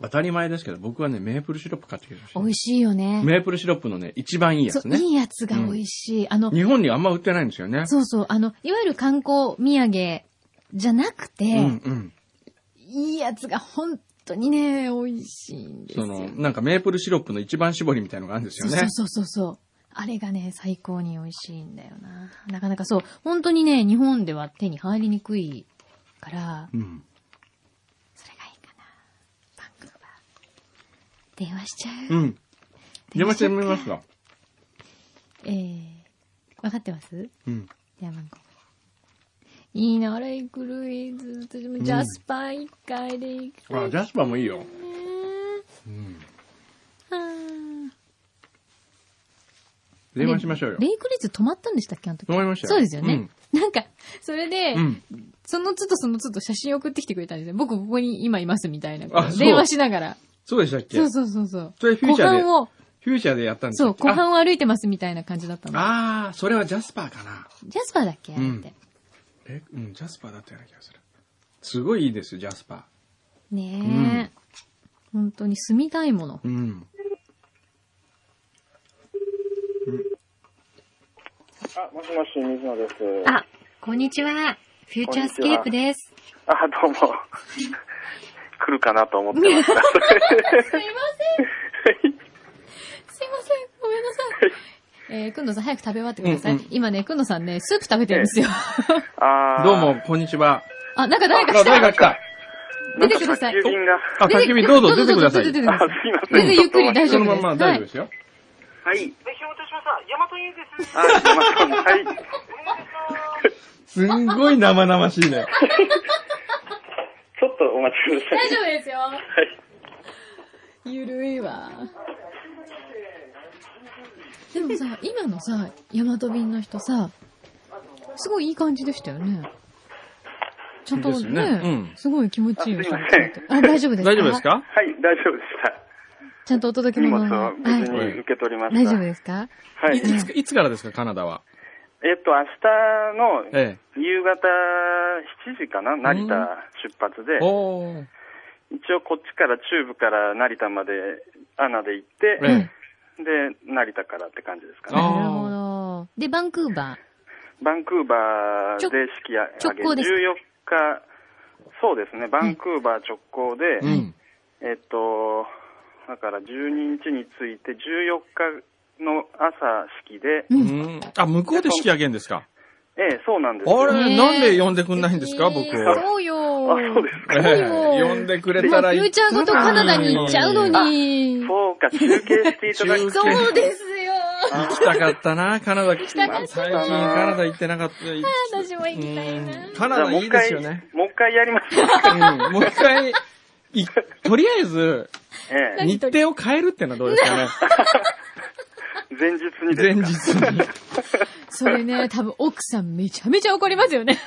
Speaker 3: 当たり前ですけど、僕はね、メープルシロップ買ってきて
Speaker 4: 美
Speaker 3: ほし
Speaker 4: 味しいよね
Speaker 3: い。。メープルシロップのね、一番いいや
Speaker 4: そ
Speaker 3: つ
Speaker 4: う、
Speaker 3: ね。
Speaker 4: いいやつが美味しい。あの、
Speaker 3: 日本にあんま売ってないんですよね。
Speaker 4: そうそう、あの、いわゆる観光土産じゃなくて、
Speaker 3: うんうん。
Speaker 4: いいやつが本当にね、美味しいんです
Speaker 3: そ
Speaker 4: よ。
Speaker 3: の、なんかメープルシロップの一番搾りみたいのがあるんですよね。
Speaker 4: そうそうそうそう。あれがね、最高に美味しいんだよな。なかなかそう、本当にね、日本では手に入りにくいから、
Speaker 3: うん。
Speaker 4: それがいいかな。バンクーバー。電話しちゃう。
Speaker 3: うん。邪魔してみます
Speaker 4: か。
Speaker 3: か。
Speaker 4: えー、わかってます
Speaker 3: うん。
Speaker 4: 電話番号。いいな、レイクルイズ。私もジャスパー一回で行く、ね
Speaker 3: あ、ジャスパーもいいよ。うん。
Speaker 4: はー
Speaker 3: 電話しましょうよ
Speaker 4: レ。イクルイズ止まったんでしたっけあの時。
Speaker 3: 止まりましたよ
Speaker 4: そうですよね。なんか、それで、
Speaker 3: うん。
Speaker 4: その都度その都度写真送ってきてくれたんですよ。僕ここに今いますみたいな
Speaker 3: あ。そう
Speaker 4: 電話しながら。
Speaker 3: そうでしたっけ
Speaker 4: そうそうそうそう。
Speaker 3: それフュー
Speaker 4: 湖
Speaker 3: チャーで
Speaker 4: 畔を、
Speaker 3: フューチャーでやったんです
Speaker 4: そう、
Speaker 3: よ。
Speaker 4: 湖畔を歩いてますみたいな感じだったの。
Speaker 3: ああー、それはジャスパーかな。
Speaker 4: ジャスパーだっけあれっ
Speaker 3: うん
Speaker 4: て。
Speaker 3: え、うん、ジャスパーだったような気がする。すごいいいですよ、ジャスパ
Speaker 4: ねえ。本当に住みたいもの。
Speaker 3: ー。うん。
Speaker 6: あ、もしもし、水野です。
Speaker 2: あ、こんにちは。フューチャースケープです。
Speaker 6: あ、どうも。来るかなと思っ てました。
Speaker 4: すいません。すいません。ごめんなさい。えー、くんどさん早く食べ終わってください。
Speaker 3: うんうん
Speaker 4: 今ね、くんどさんね、スープ食べてるんですよ。
Speaker 6: あー
Speaker 3: どうも、。こんにちは。
Speaker 4: あ、なんか誰
Speaker 3: あ、
Speaker 4: か来
Speaker 3: 誰か
Speaker 4: た
Speaker 3: 来た。
Speaker 4: 出てください
Speaker 6: なんか宅急便が。
Speaker 3: あ、焚き火どうぞ出てください。
Speaker 4: 出てくだ
Speaker 6: あ
Speaker 4: さい。、
Speaker 6: すいません。
Speaker 4: 全然ゆっくり大
Speaker 6: ち
Speaker 4: 丈
Speaker 3: そ
Speaker 4: 夫
Speaker 6: ょっ
Speaker 3: のま
Speaker 4: です
Speaker 3: んま大丈夫ですよ。
Speaker 6: とはい。
Speaker 7: です。
Speaker 6: あ、すいません。はい。
Speaker 3: すんごい生々しいね。
Speaker 6: ちょっとお待ちくださ
Speaker 4: 大
Speaker 6: い。
Speaker 4: 丈夫ですよ。
Speaker 6: はい。
Speaker 4: ゆるいわ。でもさ、今のさ、ヤマト便の人さ、すごいいい感じでしたよね。ちゃんと
Speaker 3: です
Speaker 4: ね、
Speaker 3: よねうん
Speaker 4: すごい気持ちいいよ
Speaker 6: あすいません
Speaker 4: ちゃんとあ、大丈夫ですか
Speaker 3: 大丈夫ですか
Speaker 6: はい、大丈夫でした。
Speaker 4: ちゃんとお届け
Speaker 6: 荷
Speaker 4: 物
Speaker 6: 物
Speaker 4: は
Speaker 6: を無事に受け取りま
Speaker 4: い、
Speaker 6: し
Speaker 4: 大
Speaker 6: た。
Speaker 4: 丈夫ですか
Speaker 6: はいい。
Speaker 3: ついつからですか、カナダは。
Speaker 6: えっと、明日の
Speaker 3: え
Speaker 6: 夕方7時かな成田出発で
Speaker 3: え。、おー。
Speaker 6: 一応こっちから、中部から成田まで、アナで行って、
Speaker 3: え
Speaker 6: で、成田からって感じです
Speaker 3: あ
Speaker 6: かね。
Speaker 3: ー
Speaker 4: なるほど。で、バンクーバ
Speaker 6: バンクーバーで式上げ、
Speaker 4: 直行
Speaker 6: 14
Speaker 4: です
Speaker 6: 日、そうですね、バンクーバー直行で、
Speaker 3: え。うん。
Speaker 6: えっと、だから12日に着いて、14日の朝式で、
Speaker 3: うん。あ、向こうで引き上げんですか
Speaker 6: ええ、そうなんですよ
Speaker 3: あ
Speaker 4: ねえ
Speaker 3: れ、なんで呼んでく
Speaker 4: ー。
Speaker 3: んないんですか、僕
Speaker 4: えー
Speaker 3: を。
Speaker 4: そうよ。
Speaker 6: あ、そうですか。
Speaker 4: そうよ
Speaker 3: 呼んでくれたら
Speaker 4: フ
Speaker 3: い
Speaker 4: ュー
Speaker 3: い
Speaker 4: チ。ャーごとカナダに行っちゃうのに。
Speaker 6: そうか、中継していただい
Speaker 3: 中
Speaker 6: て。
Speaker 3: 継
Speaker 4: そうですよ。
Speaker 3: 行きたかったな、カナダ。行き
Speaker 4: たかったな
Speaker 3: 最近カナダ行ってなかった。
Speaker 4: 私も行きたいな。
Speaker 3: うんカ
Speaker 6: じ
Speaker 3: ナ
Speaker 6: ゃあ
Speaker 3: ダ
Speaker 6: もう
Speaker 3: い
Speaker 6: 一
Speaker 3: いで
Speaker 6: 回
Speaker 3: すよね。、
Speaker 6: もう一回やります か。
Speaker 3: うんもう一 回、いとりあえず、
Speaker 6: え
Speaker 3: 日程を変えるってのはどうですかね。
Speaker 6: え、前日にです
Speaker 3: 前日
Speaker 6: か。
Speaker 3: に。
Speaker 4: それね、多分奥さんめちゃめちゃ怒りますよ ね。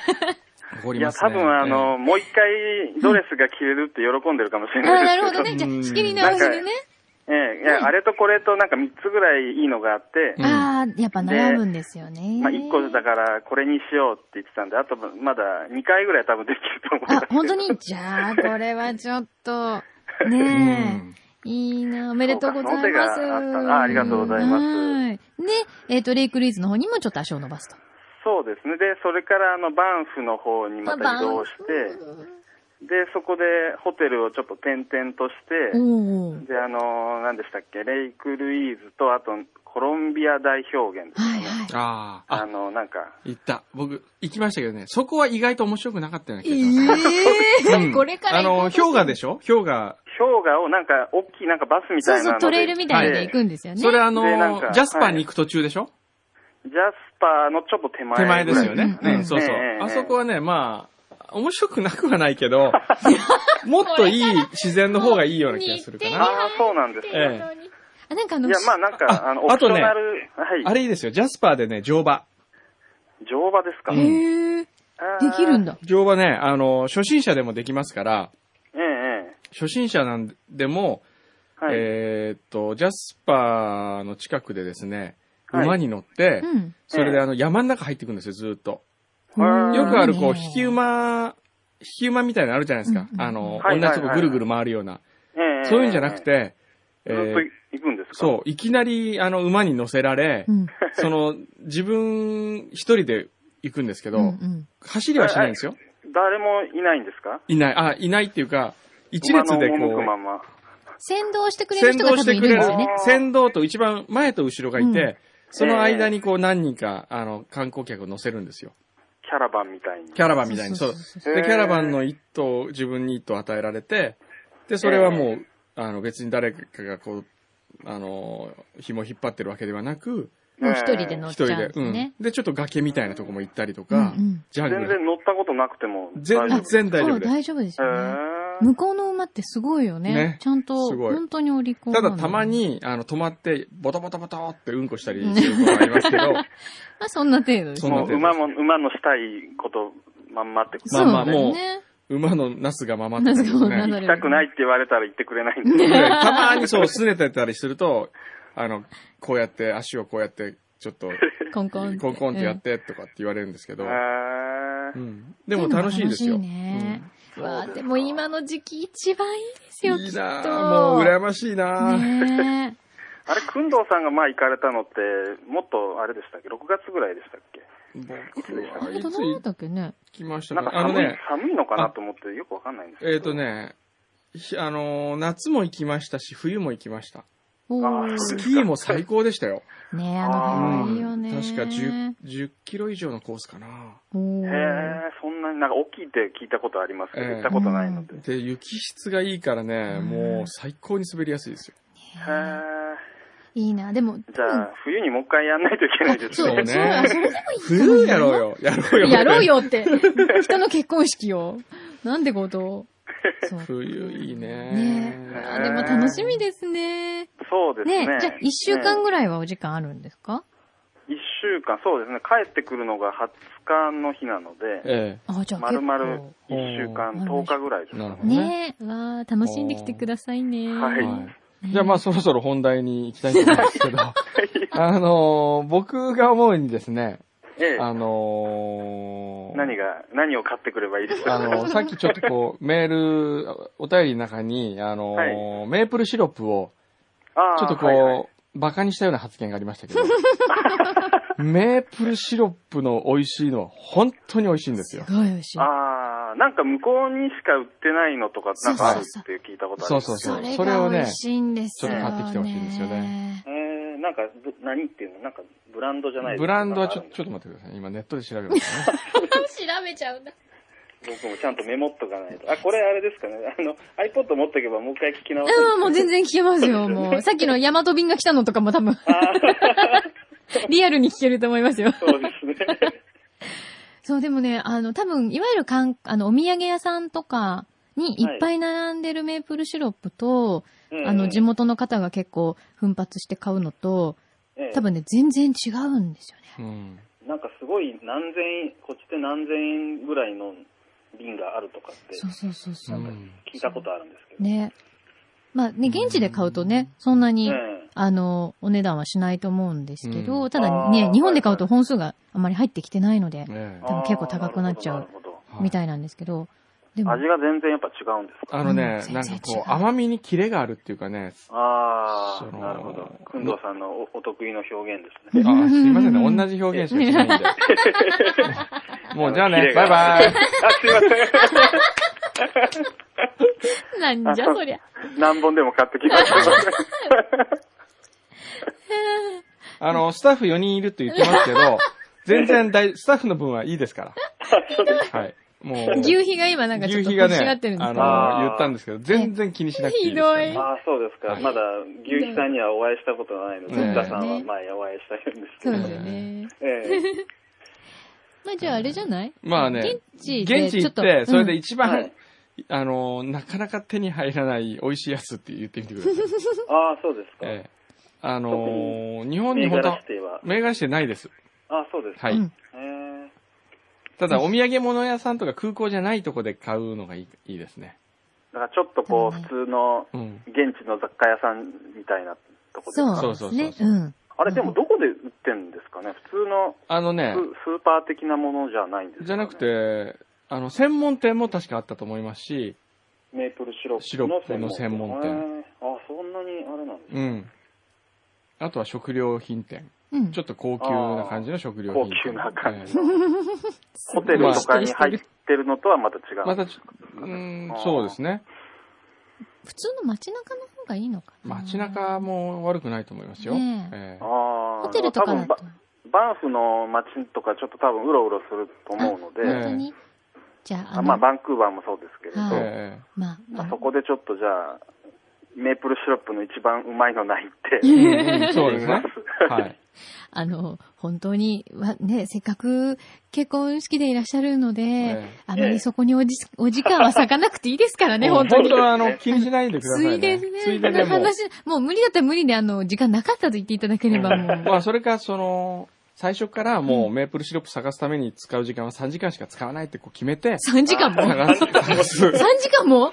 Speaker 3: 怒り
Speaker 6: い
Speaker 3: ま
Speaker 6: や、
Speaker 3: すね。
Speaker 6: 多分あの、もう一回ドレスが着れるって喜んでるかもしれ
Speaker 4: あー
Speaker 6: ないです
Speaker 4: な るほ
Speaker 6: けど。
Speaker 4: どね。じゃ
Speaker 3: う
Speaker 4: あ、
Speaker 3: ん
Speaker 4: 仕切り直しでね。
Speaker 6: ええ、いや、あれとこれとなんか3つぐらいいいのがあって、
Speaker 3: うん
Speaker 4: ああ、やっぱ悩むんですよね。
Speaker 6: まあ1個だからこれにしようって言ってたんで、あとまだ2回ぐらい多分できると思いま
Speaker 4: あ
Speaker 6: す。、
Speaker 4: 本当にじゃあ、これはちょっと、
Speaker 3: ええ
Speaker 4: ねいいな、おめでとうございます。
Speaker 6: そうかその手があったなありがとうございます
Speaker 4: はい。で、えっ、と、レイクルイズの方にもちょっと足を伸ばすと。
Speaker 6: そうですね。で、それから、あの、バンフの方にまた移動して、で、そこでホテルをちょっと転々として、
Speaker 4: おお。
Speaker 6: で、あの、何でしたっけ、レイクルイーズと、あと、コロンビア大表現です
Speaker 4: はい
Speaker 6: ね。
Speaker 4: はい。
Speaker 3: ああ、
Speaker 6: あ
Speaker 3: あ、
Speaker 6: の、なんか、
Speaker 3: 行った。僕、行きましたけどね、そこは意外と面白くなかったような気がします。
Speaker 4: え
Speaker 3: う
Speaker 4: え
Speaker 3: ん
Speaker 4: これから
Speaker 3: あ
Speaker 4: 行こ
Speaker 3: の、
Speaker 4: うとしてる
Speaker 3: 氷河でしょ氷河。
Speaker 6: 氷河をなんか、大きいなんかバスみ
Speaker 4: そ
Speaker 6: た
Speaker 4: う
Speaker 6: い
Speaker 4: そ
Speaker 6: なの
Speaker 4: う、
Speaker 6: で
Speaker 4: トレイルみたいで
Speaker 6: 来て
Speaker 4: 行くんですよね。
Speaker 3: それあの
Speaker 6: でなん、か
Speaker 3: ジャスパーに行く途中でしょ、
Speaker 6: ジャスパーのちょっと手前
Speaker 3: 手前ですよ
Speaker 6: ぐらい
Speaker 3: ね。
Speaker 4: うんうんうん
Speaker 3: うんそうそう
Speaker 6: えええ。え
Speaker 3: あそこはね、まあ、面白くなくはないけ ど、もっといい自然の方がいいような気がするかな。
Speaker 6: ああ、そうなんです。い
Speaker 3: ええ。
Speaker 4: あ、なんかあの、
Speaker 6: や、まあなんか、
Speaker 3: あ
Speaker 6: あの、オプショナ
Speaker 3: あと
Speaker 6: ル、はい。
Speaker 3: あれいいですよ。ジャスパーでね、乗馬。
Speaker 6: 乗馬ですか、
Speaker 3: う
Speaker 4: へ
Speaker 3: ん
Speaker 4: えで
Speaker 6: あー
Speaker 4: きるんだ。
Speaker 3: 乗馬ね、あの、初心者でもできますから、
Speaker 6: ええ、
Speaker 3: 初心者なんでも、
Speaker 6: ええ。はい。
Speaker 3: えーっと、ジャスパーの近くでですね、
Speaker 6: はい
Speaker 3: 馬に乗って、
Speaker 4: うん。
Speaker 3: それであの山の中入っていくんですよ、ずーっと。
Speaker 6: うん
Speaker 3: よくある、こう、
Speaker 4: いいね
Speaker 3: 引き馬、引き馬みたいなのあるじゃないですか。
Speaker 4: うん
Speaker 3: あの、
Speaker 6: はいはい
Speaker 3: 同
Speaker 6: はい
Speaker 3: じとこぐるぐる回るような。
Speaker 6: ええ
Speaker 3: そういうんじゃなく、て、え
Speaker 6: ええずっ
Speaker 3: ー
Speaker 6: と行くんですか
Speaker 3: そう、いきなり、あの、馬に乗せられ
Speaker 4: う、ん。
Speaker 3: その、自分一人で行くんですけ
Speaker 4: う
Speaker 3: ど、
Speaker 4: んうん。
Speaker 3: 走りはしないんですよ。
Speaker 6: 誰もいないんですか
Speaker 3: いない、あ、いないっていうか、一列でこ
Speaker 6: 馬の赴くま
Speaker 3: う、
Speaker 6: ま。
Speaker 4: 先導してくれる
Speaker 3: 先
Speaker 4: 人が
Speaker 3: 導
Speaker 4: 多
Speaker 3: して
Speaker 4: 分い
Speaker 3: く
Speaker 4: るん
Speaker 3: れ
Speaker 4: で
Speaker 3: る
Speaker 4: すよね。、
Speaker 3: 先導と一番前と後ろがいて、
Speaker 4: うん
Speaker 3: その間にこう何人か、あの、観光客を乗せるんですよ。
Speaker 6: キャラバンみたいに。
Speaker 3: キャラバンみたいに。そう。
Speaker 4: そう。
Speaker 6: へ
Speaker 3: で、
Speaker 6: ー
Speaker 3: キャラバンの一頭、自分に一頭与えられて、で、それはもう、あの、別に誰かがこう、あの、紐引っ張ってるわけではなく、
Speaker 4: もう一人で乗っ
Speaker 3: 一
Speaker 4: ちゃ
Speaker 3: 人で
Speaker 4: うんで、す
Speaker 3: うん
Speaker 4: ね。。
Speaker 3: で、ちょっと崖みたいなとこも行ったりと
Speaker 4: うんう
Speaker 3: か、
Speaker 4: ん。
Speaker 3: ジャ
Speaker 6: 全
Speaker 3: ングル。
Speaker 6: 然乗ったことなくても大丈夫。
Speaker 3: 全然大丈
Speaker 4: そ
Speaker 3: 夫
Speaker 4: う
Speaker 3: です。
Speaker 4: 大丈夫です
Speaker 6: え
Speaker 4: よね。
Speaker 6: え
Speaker 4: 向こうの馬ってすごいよね
Speaker 3: ね。
Speaker 4: ちゃんと、
Speaker 3: すごい
Speaker 4: 本当にお利口な
Speaker 3: た
Speaker 4: の
Speaker 3: だ、たま。に、あの、止まって、ボタボタボタってうんこしたりすることもありますけど、
Speaker 4: まあ、そんな程度です
Speaker 3: そ
Speaker 4: ね。
Speaker 3: んな
Speaker 6: も
Speaker 3: 程
Speaker 6: う
Speaker 3: 度
Speaker 6: 馬も、馬のしたいことまんまってこと。
Speaker 3: まあまあ
Speaker 4: そうだよね
Speaker 3: 馬のナスがままって感じです
Speaker 4: ナスがまま
Speaker 3: ね。
Speaker 4: だ
Speaker 6: 行きたくないって言われたら行ってくれないんで。
Speaker 3: でたまにそう、拗ねてたりすると、あの、こうやって、足をこうやって、ちょっと、
Speaker 4: コンコンって。
Speaker 3: コンコンってやって、とかって言われるんですけ
Speaker 6: え
Speaker 3: ど、う
Speaker 6: え
Speaker 3: ん。でも楽しいですよ。
Speaker 4: 楽しいね。
Speaker 6: うん
Speaker 4: わあ、でも今の時期一番いいですよ、
Speaker 3: い
Speaker 4: きっ
Speaker 3: い
Speaker 4: と。
Speaker 3: なあもう羨ましいなあ
Speaker 4: ね
Speaker 6: あれ、くんさんが前行かれたのって、もっとあれでしたっけ ?6 月ぐらいでしたっけ
Speaker 3: 僕
Speaker 4: え。あ
Speaker 3: は
Speaker 4: れ、
Speaker 3: い
Speaker 4: ど
Speaker 3: つ
Speaker 4: の前
Speaker 3: 行
Speaker 4: だっけね。
Speaker 3: きました
Speaker 6: なん
Speaker 3: か
Speaker 6: か
Speaker 3: あの
Speaker 6: 寒い、
Speaker 3: ね、
Speaker 6: 寒いのかなと思ってよくわかんないんですけど。
Speaker 3: えっ、と。ね、ひあのー夏も行きましたし、冬も行きました。
Speaker 4: おー
Speaker 6: あ
Speaker 3: スキーも最高でしたよ。
Speaker 4: ねえ、あの辺はいいよね。
Speaker 3: 確か10、10キロ以上のコースかな。
Speaker 4: お
Speaker 6: へ
Speaker 4: ー
Speaker 6: え、そんなになんか大きいって聞いたことありますけど、
Speaker 3: ええ
Speaker 6: 行ったことないので。へ
Speaker 3: で、雪質がいいからね、
Speaker 4: うん
Speaker 3: もう最高に滑りやすいですよ。
Speaker 6: え。
Speaker 4: いいなでも、
Speaker 6: じゃあ、冬にもう一回やんないといけないです
Speaker 4: そう
Speaker 6: ね。
Speaker 4: ね。そうあそれで
Speaker 3: 冬やろうよ。やろうよ。
Speaker 4: やろう。よって。人の結婚式を。なんてことを。そう
Speaker 3: 冬いいね。
Speaker 4: ねえ。あでも楽しみですね。
Speaker 6: そうですね。
Speaker 4: ねえ、じゃあ一週間
Speaker 6: ね
Speaker 4: ぐらいはお時間あるんですか
Speaker 6: 一週間、そうですね。帰ってくるのが20日の日なので、
Speaker 3: え
Speaker 4: あ、じゃあ
Speaker 6: 丸
Speaker 4: 結
Speaker 6: 々
Speaker 4: 構。
Speaker 6: 一週間、10日ぐらいです
Speaker 3: え。
Speaker 6: ね。
Speaker 3: なるほどね。
Speaker 4: ねえ、わあ楽しんできてくださいね。
Speaker 6: は
Speaker 3: はいい。じゃあまあそろそろ本題に行きたいと思うんですけ ど、あのー僕が思うにですね、
Speaker 6: ええ。
Speaker 3: あのー
Speaker 6: 何が、何を買ってくればいいですか
Speaker 3: あの、さっきちょっとこう、メール、お便りの中に、あの、
Speaker 6: は
Speaker 3: メープルシロップを、
Speaker 6: あー
Speaker 3: ちょっとこう、
Speaker 6: はいはい
Speaker 3: バカにしたような発言がありましたけど、メープルシロップの美味しいのは本当に美味しいんですよ
Speaker 4: す。ごい美味しい。
Speaker 6: ああ、なんか向こうにしか売ってないのとか、なんかあるって聞いたことあります。
Speaker 3: そうそう
Speaker 4: それ
Speaker 3: それ
Speaker 4: が
Speaker 3: をね
Speaker 4: 美味しいんですよ、ね。
Speaker 3: ちょっと買ってきてほしいんですよね。
Speaker 6: えー、なんか、ぶ何っていうのなんか、ブランドじゃないです
Speaker 3: ブランドはちょ
Speaker 6: なんか
Speaker 3: ちょっと待ってください。今ネットで調べましたね。
Speaker 5: 調べちゃうんだ。
Speaker 6: あるんで僕もちゃんとメモっとかないと。あ、これあれですかね。あの、iPod 持ってけばもう一回聞き直せる
Speaker 4: うん、もう全然聞けます よ、もう。さっきのヤマト便が来たのとかも多分、 リアルに聞けると思いますよ。
Speaker 6: そうですね。
Speaker 4: そう、でもね、あの、多分、いわゆるかん、あの、お土産屋さんとかにい
Speaker 6: はい
Speaker 4: っぱい並んでるメープルシロップと、
Speaker 6: うん
Speaker 4: あの、地、元の方が結構奮発して買うのと、
Speaker 6: ええ
Speaker 4: 多分ね、全然違うんですよね。
Speaker 3: うん。
Speaker 6: なんかすごい何千円、こっちで何千円ぐらいの瓶があるとかって
Speaker 4: そうそうそうそうう。
Speaker 3: ん
Speaker 6: 聞いたことあるんですけど。
Speaker 4: ね。まあね、現地で買うとね、そんなに、
Speaker 6: ええ
Speaker 4: あの、お値段はしないと思うんですけど、
Speaker 3: うん
Speaker 4: ただ
Speaker 6: あ
Speaker 4: ね、
Speaker 6: ー
Speaker 4: 日本で買うと本数があまり入ってきてないので、
Speaker 3: ええ
Speaker 4: 多分結構高くなっちゃう
Speaker 6: あーなるほどなるほど
Speaker 4: みたいなんですけど、でも
Speaker 6: 味が全然やっぱ違うんですか
Speaker 3: あのね
Speaker 4: う、ん
Speaker 3: な
Speaker 4: 全
Speaker 3: ん
Speaker 4: 然
Speaker 3: か
Speaker 4: 違う
Speaker 3: こう、甘みにキレがあるっていうかね、
Speaker 6: あ
Speaker 3: そ
Speaker 6: あ、
Speaker 3: の
Speaker 6: なるほど。くんどうさんのおお得意の表現で すね。
Speaker 3: あ、すいませんね。同じ表現しかしないんで。 もうじゃあね、バイバイ。
Speaker 6: あ、すいませ
Speaker 4: なんじゃそりゃ。
Speaker 6: ん。何本でも買ってき ました。
Speaker 3: あの、スタッフ4人いるって言ってますけど、全然大、スタッフの分はいいですから。はい。もう、
Speaker 4: 牛皮が今なんかちょっ
Speaker 3: 牛
Speaker 4: と
Speaker 3: 皮
Speaker 4: 欲
Speaker 3: が
Speaker 4: しが
Speaker 3: ね
Speaker 4: ってるん、で
Speaker 3: あ
Speaker 4: す
Speaker 3: の、言ったんですけど、全然気にしなくていいですからね、
Speaker 4: ひど
Speaker 6: ああ、そうですか。まだ、牛皮さんにはお会いしたことがないので、
Speaker 3: ね
Speaker 6: 田さんは前お会いしたいんです
Speaker 4: そ
Speaker 6: け
Speaker 4: う
Speaker 6: ど。
Speaker 4: だよね。
Speaker 6: ええ
Speaker 4: まあじゃああれじゃない
Speaker 3: まあね、
Speaker 4: 現地で
Speaker 3: 現地
Speaker 4: ち
Speaker 3: 行
Speaker 4: ょ
Speaker 3: っ
Speaker 4: と
Speaker 3: て、それで
Speaker 4: うん
Speaker 3: 一番、
Speaker 6: はい
Speaker 3: あの、なかなか手に入らない美味しいやつって言ってみてください。
Speaker 6: ああ、そうですか。
Speaker 3: ええあのー日本に
Speaker 6: 銘
Speaker 3: 本当
Speaker 6: 柄
Speaker 3: は
Speaker 6: 指、定は。
Speaker 3: 銘柄してないです。
Speaker 6: ああ、そうですか。
Speaker 3: はい。
Speaker 4: うん
Speaker 6: ええ
Speaker 3: ただ、お土産物屋さんとか空港じゃないとこで買うのがいいいいですね。
Speaker 6: だからちょっとこう、普通の
Speaker 3: うん。
Speaker 6: 現地の雑貨屋さんみたいなとこで。
Speaker 4: そうですね。うん。
Speaker 6: あれ、でもどこで売ってんですかね普通の
Speaker 3: あのね、
Speaker 6: ススーパー的なものじゃないんですか、ね、
Speaker 3: じゃなく、て、あの、専門店も確かあったと思いますし、
Speaker 6: メープルシロップの
Speaker 3: シロップの専門店
Speaker 6: へーあ、そんなにあれなんですね
Speaker 3: うん。あとは食料品店。
Speaker 4: うん
Speaker 3: ちょっと高級な感じの食料
Speaker 6: 高
Speaker 3: 品店。
Speaker 6: 級な感じ
Speaker 3: え
Speaker 6: の。ホテルとかに入ってるのとはまた違
Speaker 3: え
Speaker 6: う。
Speaker 3: またち、うーん、そうですね。
Speaker 4: 普通の街中の方がいいのかな。
Speaker 3: 街中も悪くないと思いますよ。
Speaker 4: ね
Speaker 3: ええ
Speaker 6: あー
Speaker 4: ホテルとか
Speaker 6: 多分
Speaker 4: だ
Speaker 6: バ
Speaker 4: と。
Speaker 6: バンフの街とかちょっと多分うろうろすると思うの
Speaker 3: あ
Speaker 6: で、
Speaker 4: 本当にじゃあ、
Speaker 6: あ
Speaker 4: あの
Speaker 6: まあバンクーバーもそうですけれど、
Speaker 4: はい
Speaker 3: え
Speaker 4: ま
Speaker 6: まあ
Speaker 4: あ
Speaker 6: そ、こでちょっとじゃあ、メープルシロップの一番うまいのないって、
Speaker 3: えうんうんそうです ね。はい。
Speaker 4: あの、本当に、わね、せっかく結婚式でいらっしゃるので、
Speaker 3: え
Speaker 4: あまりそこにおじ、お時間は割かなくていいです からね、
Speaker 3: もう
Speaker 4: 本当に。
Speaker 3: はあの、気にしないでくださ
Speaker 4: つ
Speaker 3: いね。
Speaker 4: いですね。
Speaker 3: ついでで
Speaker 4: こ
Speaker 3: も
Speaker 4: の。話、もう無理だったら無理で、あの、時間なかったと言っていただけれ ばもう。
Speaker 3: まあ、それか、その、最初からもうメープルシロップ探すために使う時間は3時間しか使わないってこう決めて、
Speaker 4: 3時間も ?3
Speaker 3: 探す探す
Speaker 4: 時間も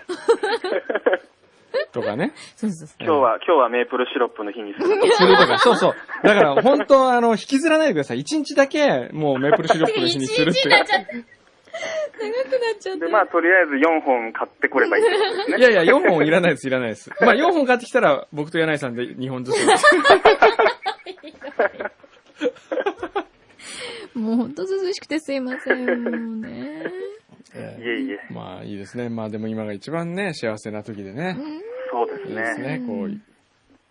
Speaker 3: とかね。
Speaker 4: そうそうそう。
Speaker 6: 今日は、今日はメープルシロップの日にする。
Speaker 3: するとか、そうそう。だから、本当はあの、引きずらないでください。一日だけ、もうメープルシロップの日にするって
Speaker 4: 1日
Speaker 3: い
Speaker 4: に
Speaker 3: う
Speaker 4: なっちゃって。長くなっちゃって。
Speaker 6: で、まあ、とりあえず4本買ってこれ ばいいですね。
Speaker 3: いやいや、4本いらないです、いらないです。まあ、4本買ってきたら、僕と柳井さんで2本ずつ。
Speaker 4: もうほんと涼しくてすいません、もうね。
Speaker 6: い えいえ、
Speaker 3: まあ、いいですね。まあ、でも今が一番ね、幸せな時でね。
Speaker 6: そうです
Speaker 3: いいです
Speaker 6: ね。
Speaker 3: ね、こう。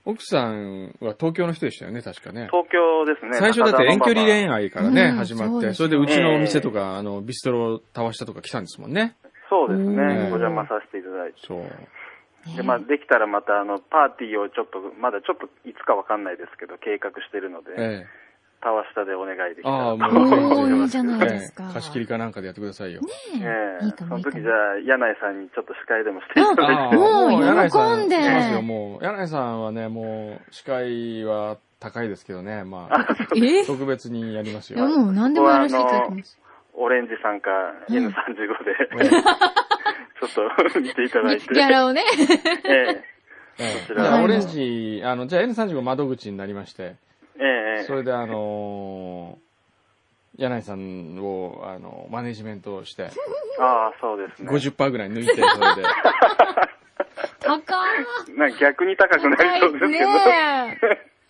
Speaker 3: 奥さんは東京の人でしたよね、確かね。
Speaker 6: 東京ですね。
Speaker 3: 最初だって遠距離
Speaker 6: 愛。
Speaker 3: 恋愛からね、
Speaker 4: うん
Speaker 3: 始
Speaker 4: そ
Speaker 3: まっ
Speaker 4: うで
Speaker 3: て、
Speaker 4: す
Speaker 3: そ
Speaker 4: よ
Speaker 3: れでうちのお店とか、あの、ビストロタワシタとか来たんですもんね。
Speaker 6: そうですね
Speaker 4: うん。
Speaker 6: お邪魔させていただいて。
Speaker 3: そう。
Speaker 6: で、まあ、できたらまた、あの、パーティーをちょっと、まだちょっといつかわかんないですけど、計画してるので、
Speaker 3: ええ。
Speaker 6: タワシタでお願いできた
Speaker 3: ああ、
Speaker 6: ら。
Speaker 3: も
Speaker 4: お
Speaker 3: う、
Speaker 4: ーいいじゃないで
Speaker 3: え
Speaker 4: す
Speaker 3: え
Speaker 4: か。
Speaker 3: 貸し切りかなんかでやってくださいよ。
Speaker 4: ね
Speaker 6: ええ
Speaker 4: いいかも
Speaker 6: そ
Speaker 4: い
Speaker 6: の
Speaker 4: いか
Speaker 6: 時、じ
Speaker 4: も。
Speaker 6: ゃあ、柳井さんにちょっと司会でもしていただいて。
Speaker 3: ああ
Speaker 4: もう
Speaker 3: 柳井さ
Speaker 4: 喜んで
Speaker 3: 来ますよ、もう。柳井さんはね、もう、司会は高いですけどね、ま あ、
Speaker 4: え
Speaker 3: 特別にやります
Speaker 4: い
Speaker 3: よ
Speaker 4: や。もう何でもやらせていただきます。
Speaker 6: オレンジさんか N35 で、
Speaker 3: ええ
Speaker 6: ちょっと見ていただいて。
Speaker 4: ギャラをね。
Speaker 6: ええ
Speaker 3: え え
Speaker 6: こち
Speaker 3: じ
Speaker 6: ら
Speaker 3: ゃあ、オレンジ、あの、じゃあ N35 窓口になりまして、
Speaker 6: ええええ
Speaker 3: それであのー、柳井さんを、あの、マネジメントをして、
Speaker 6: ああ、そうですね。
Speaker 3: 50%ぐらい抜いて、それで。
Speaker 4: 高
Speaker 6: なんか逆に高くなりそうですけ
Speaker 4: い
Speaker 6: ど。
Speaker 4: ね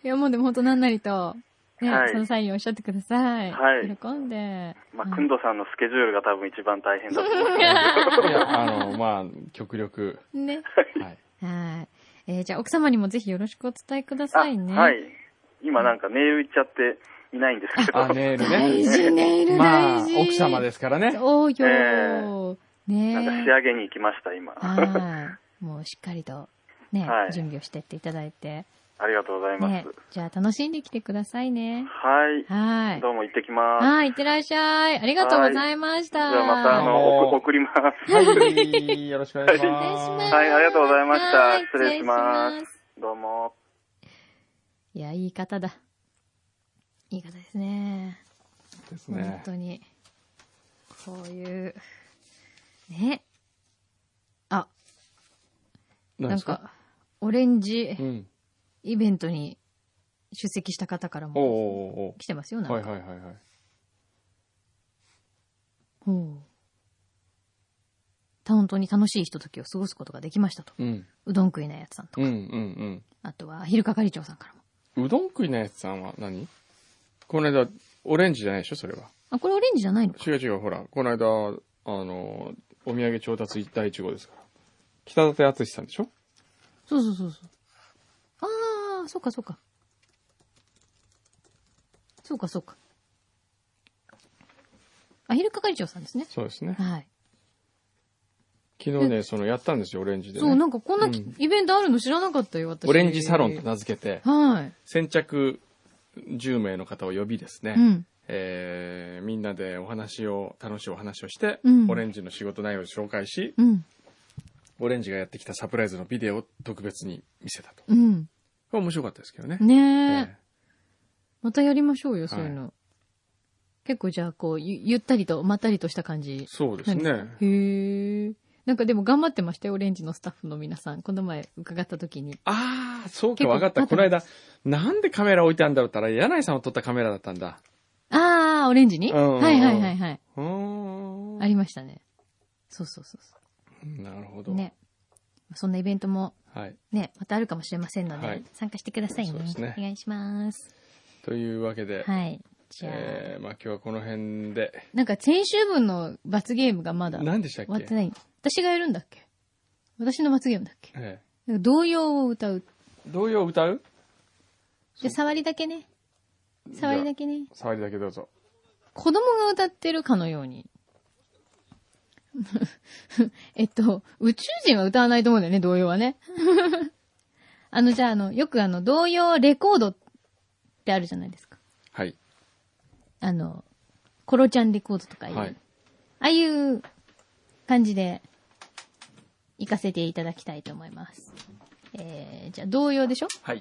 Speaker 4: え。い や、もうでもほんと何なりと、ね、
Speaker 6: はい
Speaker 4: そのサインをおっしゃってください。
Speaker 6: はい
Speaker 4: 喜んで。
Speaker 6: まあ、くんどさんのスケジュールが多分一番大変だと思う。
Speaker 3: いや、あの、まあ、極力、
Speaker 4: ね。
Speaker 3: はい。
Speaker 4: はい。えーじゃあ奥様にもぜひよろしくお伝えくだ
Speaker 6: あ
Speaker 4: さいね。
Speaker 6: はい。今なんかメール行っちゃっていないんですけど。
Speaker 3: あ、ネイル
Speaker 4: 大
Speaker 3: ね。
Speaker 4: 事ネイル
Speaker 3: ま
Speaker 4: 大
Speaker 3: あ
Speaker 4: 事。、
Speaker 3: 奥様ですからね。
Speaker 4: そうよ、
Speaker 6: え
Speaker 4: ねえ。
Speaker 6: なんか仕上げに行きました、今。あ
Speaker 4: はい。もうしっかりと、ね、
Speaker 6: はい
Speaker 4: 準備をしてっていただいて。
Speaker 6: りがとうございます。
Speaker 4: ね。じゃあ楽しんできてくださいね。
Speaker 6: は
Speaker 4: はい
Speaker 6: い。。どうも行ってきます。
Speaker 4: はい、いってらっしゃい。ありがとうございまし
Speaker 6: じ
Speaker 4: た。
Speaker 6: ゃあまた、
Speaker 3: どう
Speaker 6: あの、
Speaker 3: も
Speaker 6: 送送ります。
Speaker 3: はい、よろしくお願いし
Speaker 4: お願いし
Speaker 3: ま。
Speaker 4: ますす。
Speaker 6: はいありがとうございました
Speaker 4: は
Speaker 6: 失礼します
Speaker 4: 失礼しす。
Speaker 6: どうも。
Speaker 4: いや、いい方だ。いい方ですね。
Speaker 3: です
Speaker 4: 本
Speaker 3: ね。
Speaker 4: 当に。こういう、ね。あ、
Speaker 3: な
Speaker 4: なん。か、オレンジ
Speaker 3: うん。
Speaker 4: イベントに出席した方から
Speaker 3: おう
Speaker 4: も
Speaker 3: おう
Speaker 4: 来てますよ、
Speaker 3: お
Speaker 4: なん
Speaker 3: う
Speaker 4: か。
Speaker 3: はいはいはいはい。
Speaker 4: ほう本当に楽しいひとときを過ごすことができましたと。
Speaker 3: うん。
Speaker 4: うどん食いないやつさんと
Speaker 3: うん、う
Speaker 4: か、
Speaker 3: ん、
Speaker 4: あとは、昼係長さんからも。
Speaker 3: うん。うどん食いのやつさんは何この間、オレンジじゃないでしょそれは。
Speaker 4: あ、これオレンジじゃないのか
Speaker 3: 違う違う、ほら、この間、あの、お土産調達一対一号ですから。北舘淳さんでしょ
Speaker 4: そうそうそうそう。ああ、そうかそうか。そうかそうか。あ、昼係長さんですね。
Speaker 3: そうですね。
Speaker 4: はい。
Speaker 3: 昨日ね、その、やったんですよ、オレンジで、ね。
Speaker 4: そう、なんかこんなき、
Speaker 3: うん
Speaker 4: イベントあるの知らなかったよ、私。
Speaker 3: オレンジサロンと名付けて、
Speaker 4: はい。
Speaker 3: 先着10名の方を呼びですね、
Speaker 4: うん。
Speaker 3: えーみんなでお話を、楽しいお話をして、
Speaker 4: うん
Speaker 3: オレンジの仕事内容を紹介し、
Speaker 4: うん。
Speaker 3: オレンジがやってきたサプライズのビデオを特別に見せたと。
Speaker 4: うん。
Speaker 3: これ面白かったですけどね。
Speaker 4: ね
Speaker 3: え
Speaker 4: え。またやりましょうよ、そうい
Speaker 3: は
Speaker 4: うの。結構じゃあ、こう、ゆゆったりと、まったりとした感じ
Speaker 3: え。そうですね。
Speaker 4: へえ。なんかでも頑張ってましたよ、オレンジのスタッフの皆さん。この前伺った時に。
Speaker 3: ああ、そう
Speaker 4: 結
Speaker 3: か、
Speaker 4: 構
Speaker 3: わかった。この間、なんでカメラ置いてあるんだろうったら、柳井さんを撮ったカメラだったんだ。
Speaker 4: あー、オレンジに
Speaker 3: うんうんうん
Speaker 4: はいはいはいはい。
Speaker 3: うーん。
Speaker 4: ありましたね。そうそうそうそ
Speaker 3: なるほ
Speaker 4: う。
Speaker 3: ど。
Speaker 4: ね。そんなイベントも
Speaker 3: はい。
Speaker 4: ね、またあるかもしれませんので、
Speaker 3: はい
Speaker 4: 参加してください
Speaker 3: そう
Speaker 4: ね。
Speaker 3: ですね
Speaker 4: お願いします。
Speaker 3: というわけで、
Speaker 4: はい。じゃあ、
Speaker 3: えー、まあ今日はこの辺で、
Speaker 4: なんか先週分の罰ゲームがまだ終
Speaker 3: 何でしたっ
Speaker 4: わっ
Speaker 3: け
Speaker 4: てない。私がやるんだっけ私の罰ゲームだっけ
Speaker 3: え
Speaker 4: なんか童謡を歌う。
Speaker 3: え、童謡を歌う
Speaker 4: で、触りだけね。触りだけね。
Speaker 3: 触りだけどうぞ。
Speaker 4: 子供が歌ってるかのように。 えっと、宇宙人は歌わないと思うんだよね、童謡はね。 あの、じゃあ、あの、よくあの、童謡レコードってあるじゃないですか。
Speaker 3: はい。
Speaker 4: あの、コロちゃんレコードとかいう。
Speaker 3: はい。
Speaker 4: ああいう感じで、行かせていただきたいと思います。えー、じゃあ、童謡でしょ
Speaker 3: はい。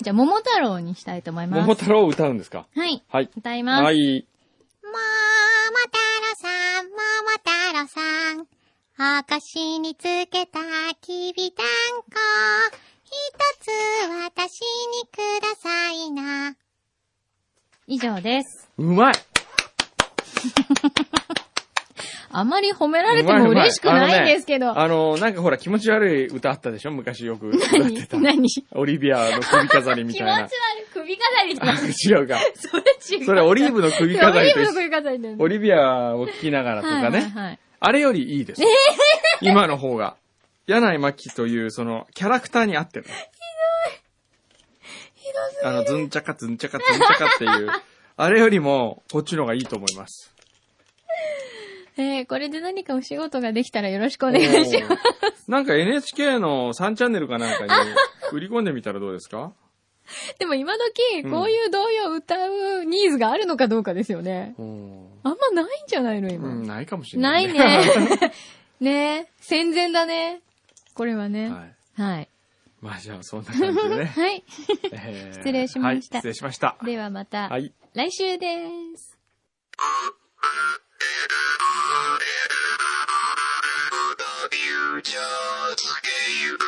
Speaker 4: じゃあ、桃太郎にしたいと思います。
Speaker 3: 桃太郎を歌うんですか
Speaker 4: はい。
Speaker 3: はい。
Speaker 4: 歌います。
Speaker 3: はい。
Speaker 2: ももたろさん、ももたろさん。おこしにつけたきびだんこ。ひとつ私にくださいな。
Speaker 4: 以上です。
Speaker 3: うまいう
Speaker 4: あまり褒められて
Speaker 3: うま
Speaker 4: も
Speaker 3: いうまい
Speaker 4: 嬉しくないんですけど。
Speaker 3: あのね、あのなんかほら気持ち悪い歌あったでしょ昔よく歌 って た。
Speaker 4: 何何気
Speaker 3: オリビアの首飾りみ
Speaker 4: 持ち
Speaker 3: たい
Speaker 4: 悪い
Speaker 3: な。。
Speaker 4: 首飾りって何。
Speaker 3: 違うか。
Speaker 4: それ違う。
Speaker 3: それオリーブの首飾りと
Speaker 4: オリ
Speaker 3: 一緒。
Speaker 4: ーブの首飾りだよね。
Speaker 3: オリビアを聴きながらとか
Speaker 4: はい
Speaker 3: ね。
Speaker 4: はいはい
Speaker 3: あれよりいいです。今の方が。柳井真紀という、その、キャラクターに合ってる。ひどい。ひどい。あの、ズンチャカズンチャカズンチャカっていう、あれよりも、こっちの方がいいと思います。
Speaker 4: えー、これで何かお仕事ができたらよろしくお願いします。
Speaker 3: す。なんか NHK の3チャンネルかなんかに、売り込んでみたらどうですか
Speaker 4: でも今時、
Speaker 3: うん
Speaker 4: こういう童謡を歌うニーズがあるのかどうかですよね。
Speaker 3: うん。
Speaker 4: あんまないんじゃないの今。
Speaker 3: うんないかもしれ
Speaker 4: な
Speaker 3: ないい、
Speaker 4: ね。 ね戦前だね。これはね。
Speaker 3: は。
Speaker 4: はいい。はい。。
Speaker 3: まあじゃあ、そんな感じでね
Speaker 4: はい、
Speaker 3: えー
Speaker 4: 失礼しました
Speaker 3: はい、失礼しました。
Speaker 4: ではまた、
Speaker 3: はい。
Speaker 4: 来週です。
Speaker 8: future, scale